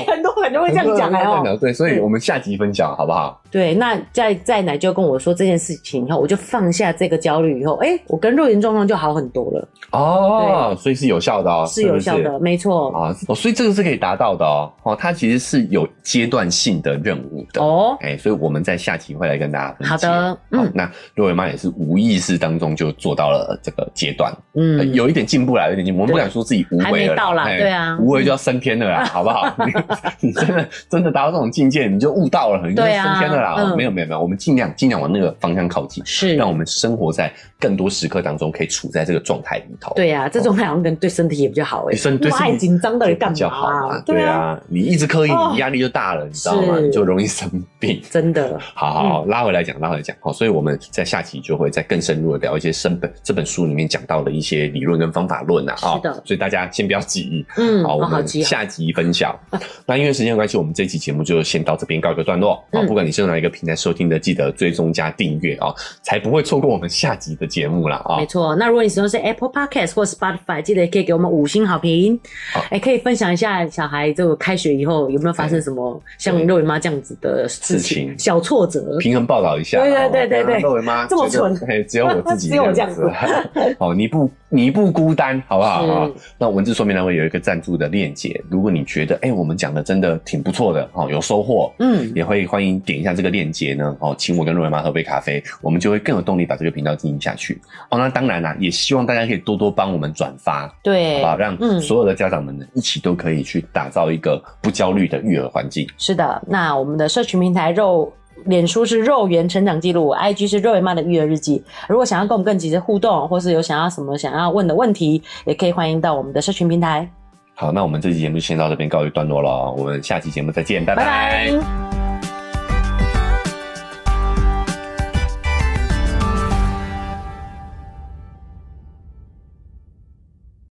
Speaker 1: 很多人都 会这样 讲哎、
Speaker 2: 很多人都
Speaker 1: 哦
Speaker 2: 这样。讲对，所以我们下集分享好不好？
Speaker 1: 对，那在在奶就跟我说这件事情以后，我就放下这个焦虑以后，哎、我跟若云状况就好很多了，
Speaker 2: 哦，所以是有效的哦，
Speaker 1: 是有效
Speaker 2: 不
Speaker 1: 的，没错。
Speaker 2: 啊，哦，所以这个是可以达到的哦。哦，它其实是有阶段性的任务的。
Speaker 1: 哦，
Speaker 2: 哎，所以我们在下期会来跟大家分
Speaker 1: 好
Speaker 2: 解。
Speaker 1: 的，
Speaker 2: 好
Speaker 1: 嗯，
Speaker 2: 那若维妈也是无意识当中就做到了这个阶段，呃
Speaker 1: 嗯，
Speaker 2: 有一点进步啦，有一点进步。我们不
Speaker 1: 对
Speaker 2: 敢说自己无
Speaker 1: 还
Speaker 2: 为
Speaker 1: 没
Speaker 2: 了
Speaker 1: 到啦
Speaker 2: 哎
Speaker 1: 对啊
Speaker 2: 无为就要升天 了啦，好不好？ 你你真的真的达到这种境界，你就悟到了，你就
Speaker 1: 对啊
Speaker 2: 升天了
Speaker 1: 嗯
Speaker 2: 啦。没有没有没有，我们尽量尽量往那个方向靠近，
Speaker 1: 是，
Speaker 2: 让我们生活在更多时刻当中，可以处在这个状态里头。
Speaker 1: 对啊呀、这种好像跟对身体也比较好哎、
Speaker 2: 对身对身体
Speaker 1: 太紧张到底干
Speaker 2: 比较好
Speaker 1: 嘛、
Speaker 2: 嘛，对
Speaker 1: 啊，
Speaker 2: 啊，你一直刻意，
Speaker 1: 哦
Speaker 2: 你压力就大了，你知道吗？
Speaker 1: 是
Speaker 2: 你就容易生病。
Speaker 1: 真的，
Speaker 2: 好好
Speaker 1: 嗯
Speaker 2: 好，拉回来讲，拉回来讲。好，所以我们在下期就会再更深入的聊一些生本这本书里面讲到的一些理论跟方法论啊。
Speaker 1: 是的
Speaker 2: 哦所以大家先不要急。
Speaker 1: 嗯，
Speaker 2: 好，我
Speaker 1: 哦好
Speaker 2: 们
Speaker 1: 急哦，
Speaker 2: 下集 分享。那因为时间的关系，我们这期节目就先到这边告一个段落。啊、
Speaker 1: 嗯
Speaker 2: 不管你是用哪一个平台收听的，记得追踪加订阅啊，才不会错过我们下集的节目啦啊
Speaker 1: 没。错。那如果你使用是 Apple Podcast 或 Spotify，记得可以给我们五星好评
Speaker 2: 好，
Speaker 1: 哎、可以分享一下小孩这个开学以后有没有发生什么像
Speaker 2: 对
Speaker 1: 肉圆妈这样子的事
Speaker 2: 事
Speaker 1: 情、
Speaker 2: 情
Speaker 1: 小挫折。
Speaker 2: 平衡报道一下，
Speaker 1: 对对对对对
Speaker 2: 各位妈
Speaker 1: 这么蠢
Speaker 2: 觉得嘿 只有我自己，
Speaker 1: 只有我这样子。
Speaker 2: 哦，你不你不孤单，好不好？
Speaker 1: 是
Speaker 2: 啊那文字说明栏位有一个赞助的链接，如果你觉得哎、我们讲的真的挺不错的，哦，有收获。
Speaker 1: 嗯，
Speaker 2: 也会欢迎点一下这个链接呢，哦，请我跟瑞妈喝杯咖啡，我们就会更有动力把这个频道经营下去。哦，那当然啦，也希望大家可以多多帮我们转发，好
Speaker 1: 对
Speaker 2: 不，好？让
Speaker 1: 嗯
Speaker 2: 所有的家长们呢，一起都可以去打造一个不焦虑的育儿环境。
Speaker 1: 是的。那我们的社群平台肉。脸书是肉圆成长记录，IG 是肉圆妈的育儿日记。如果想要跟我们更及时互动，或是有想要什么想要问的问题，也可以欢迎到我们的社群平台。
Speaker 2: 好，那我们这期节目就先到这边告一段落了，我们下期节目再见，拜
Speaker 1: 拜拜。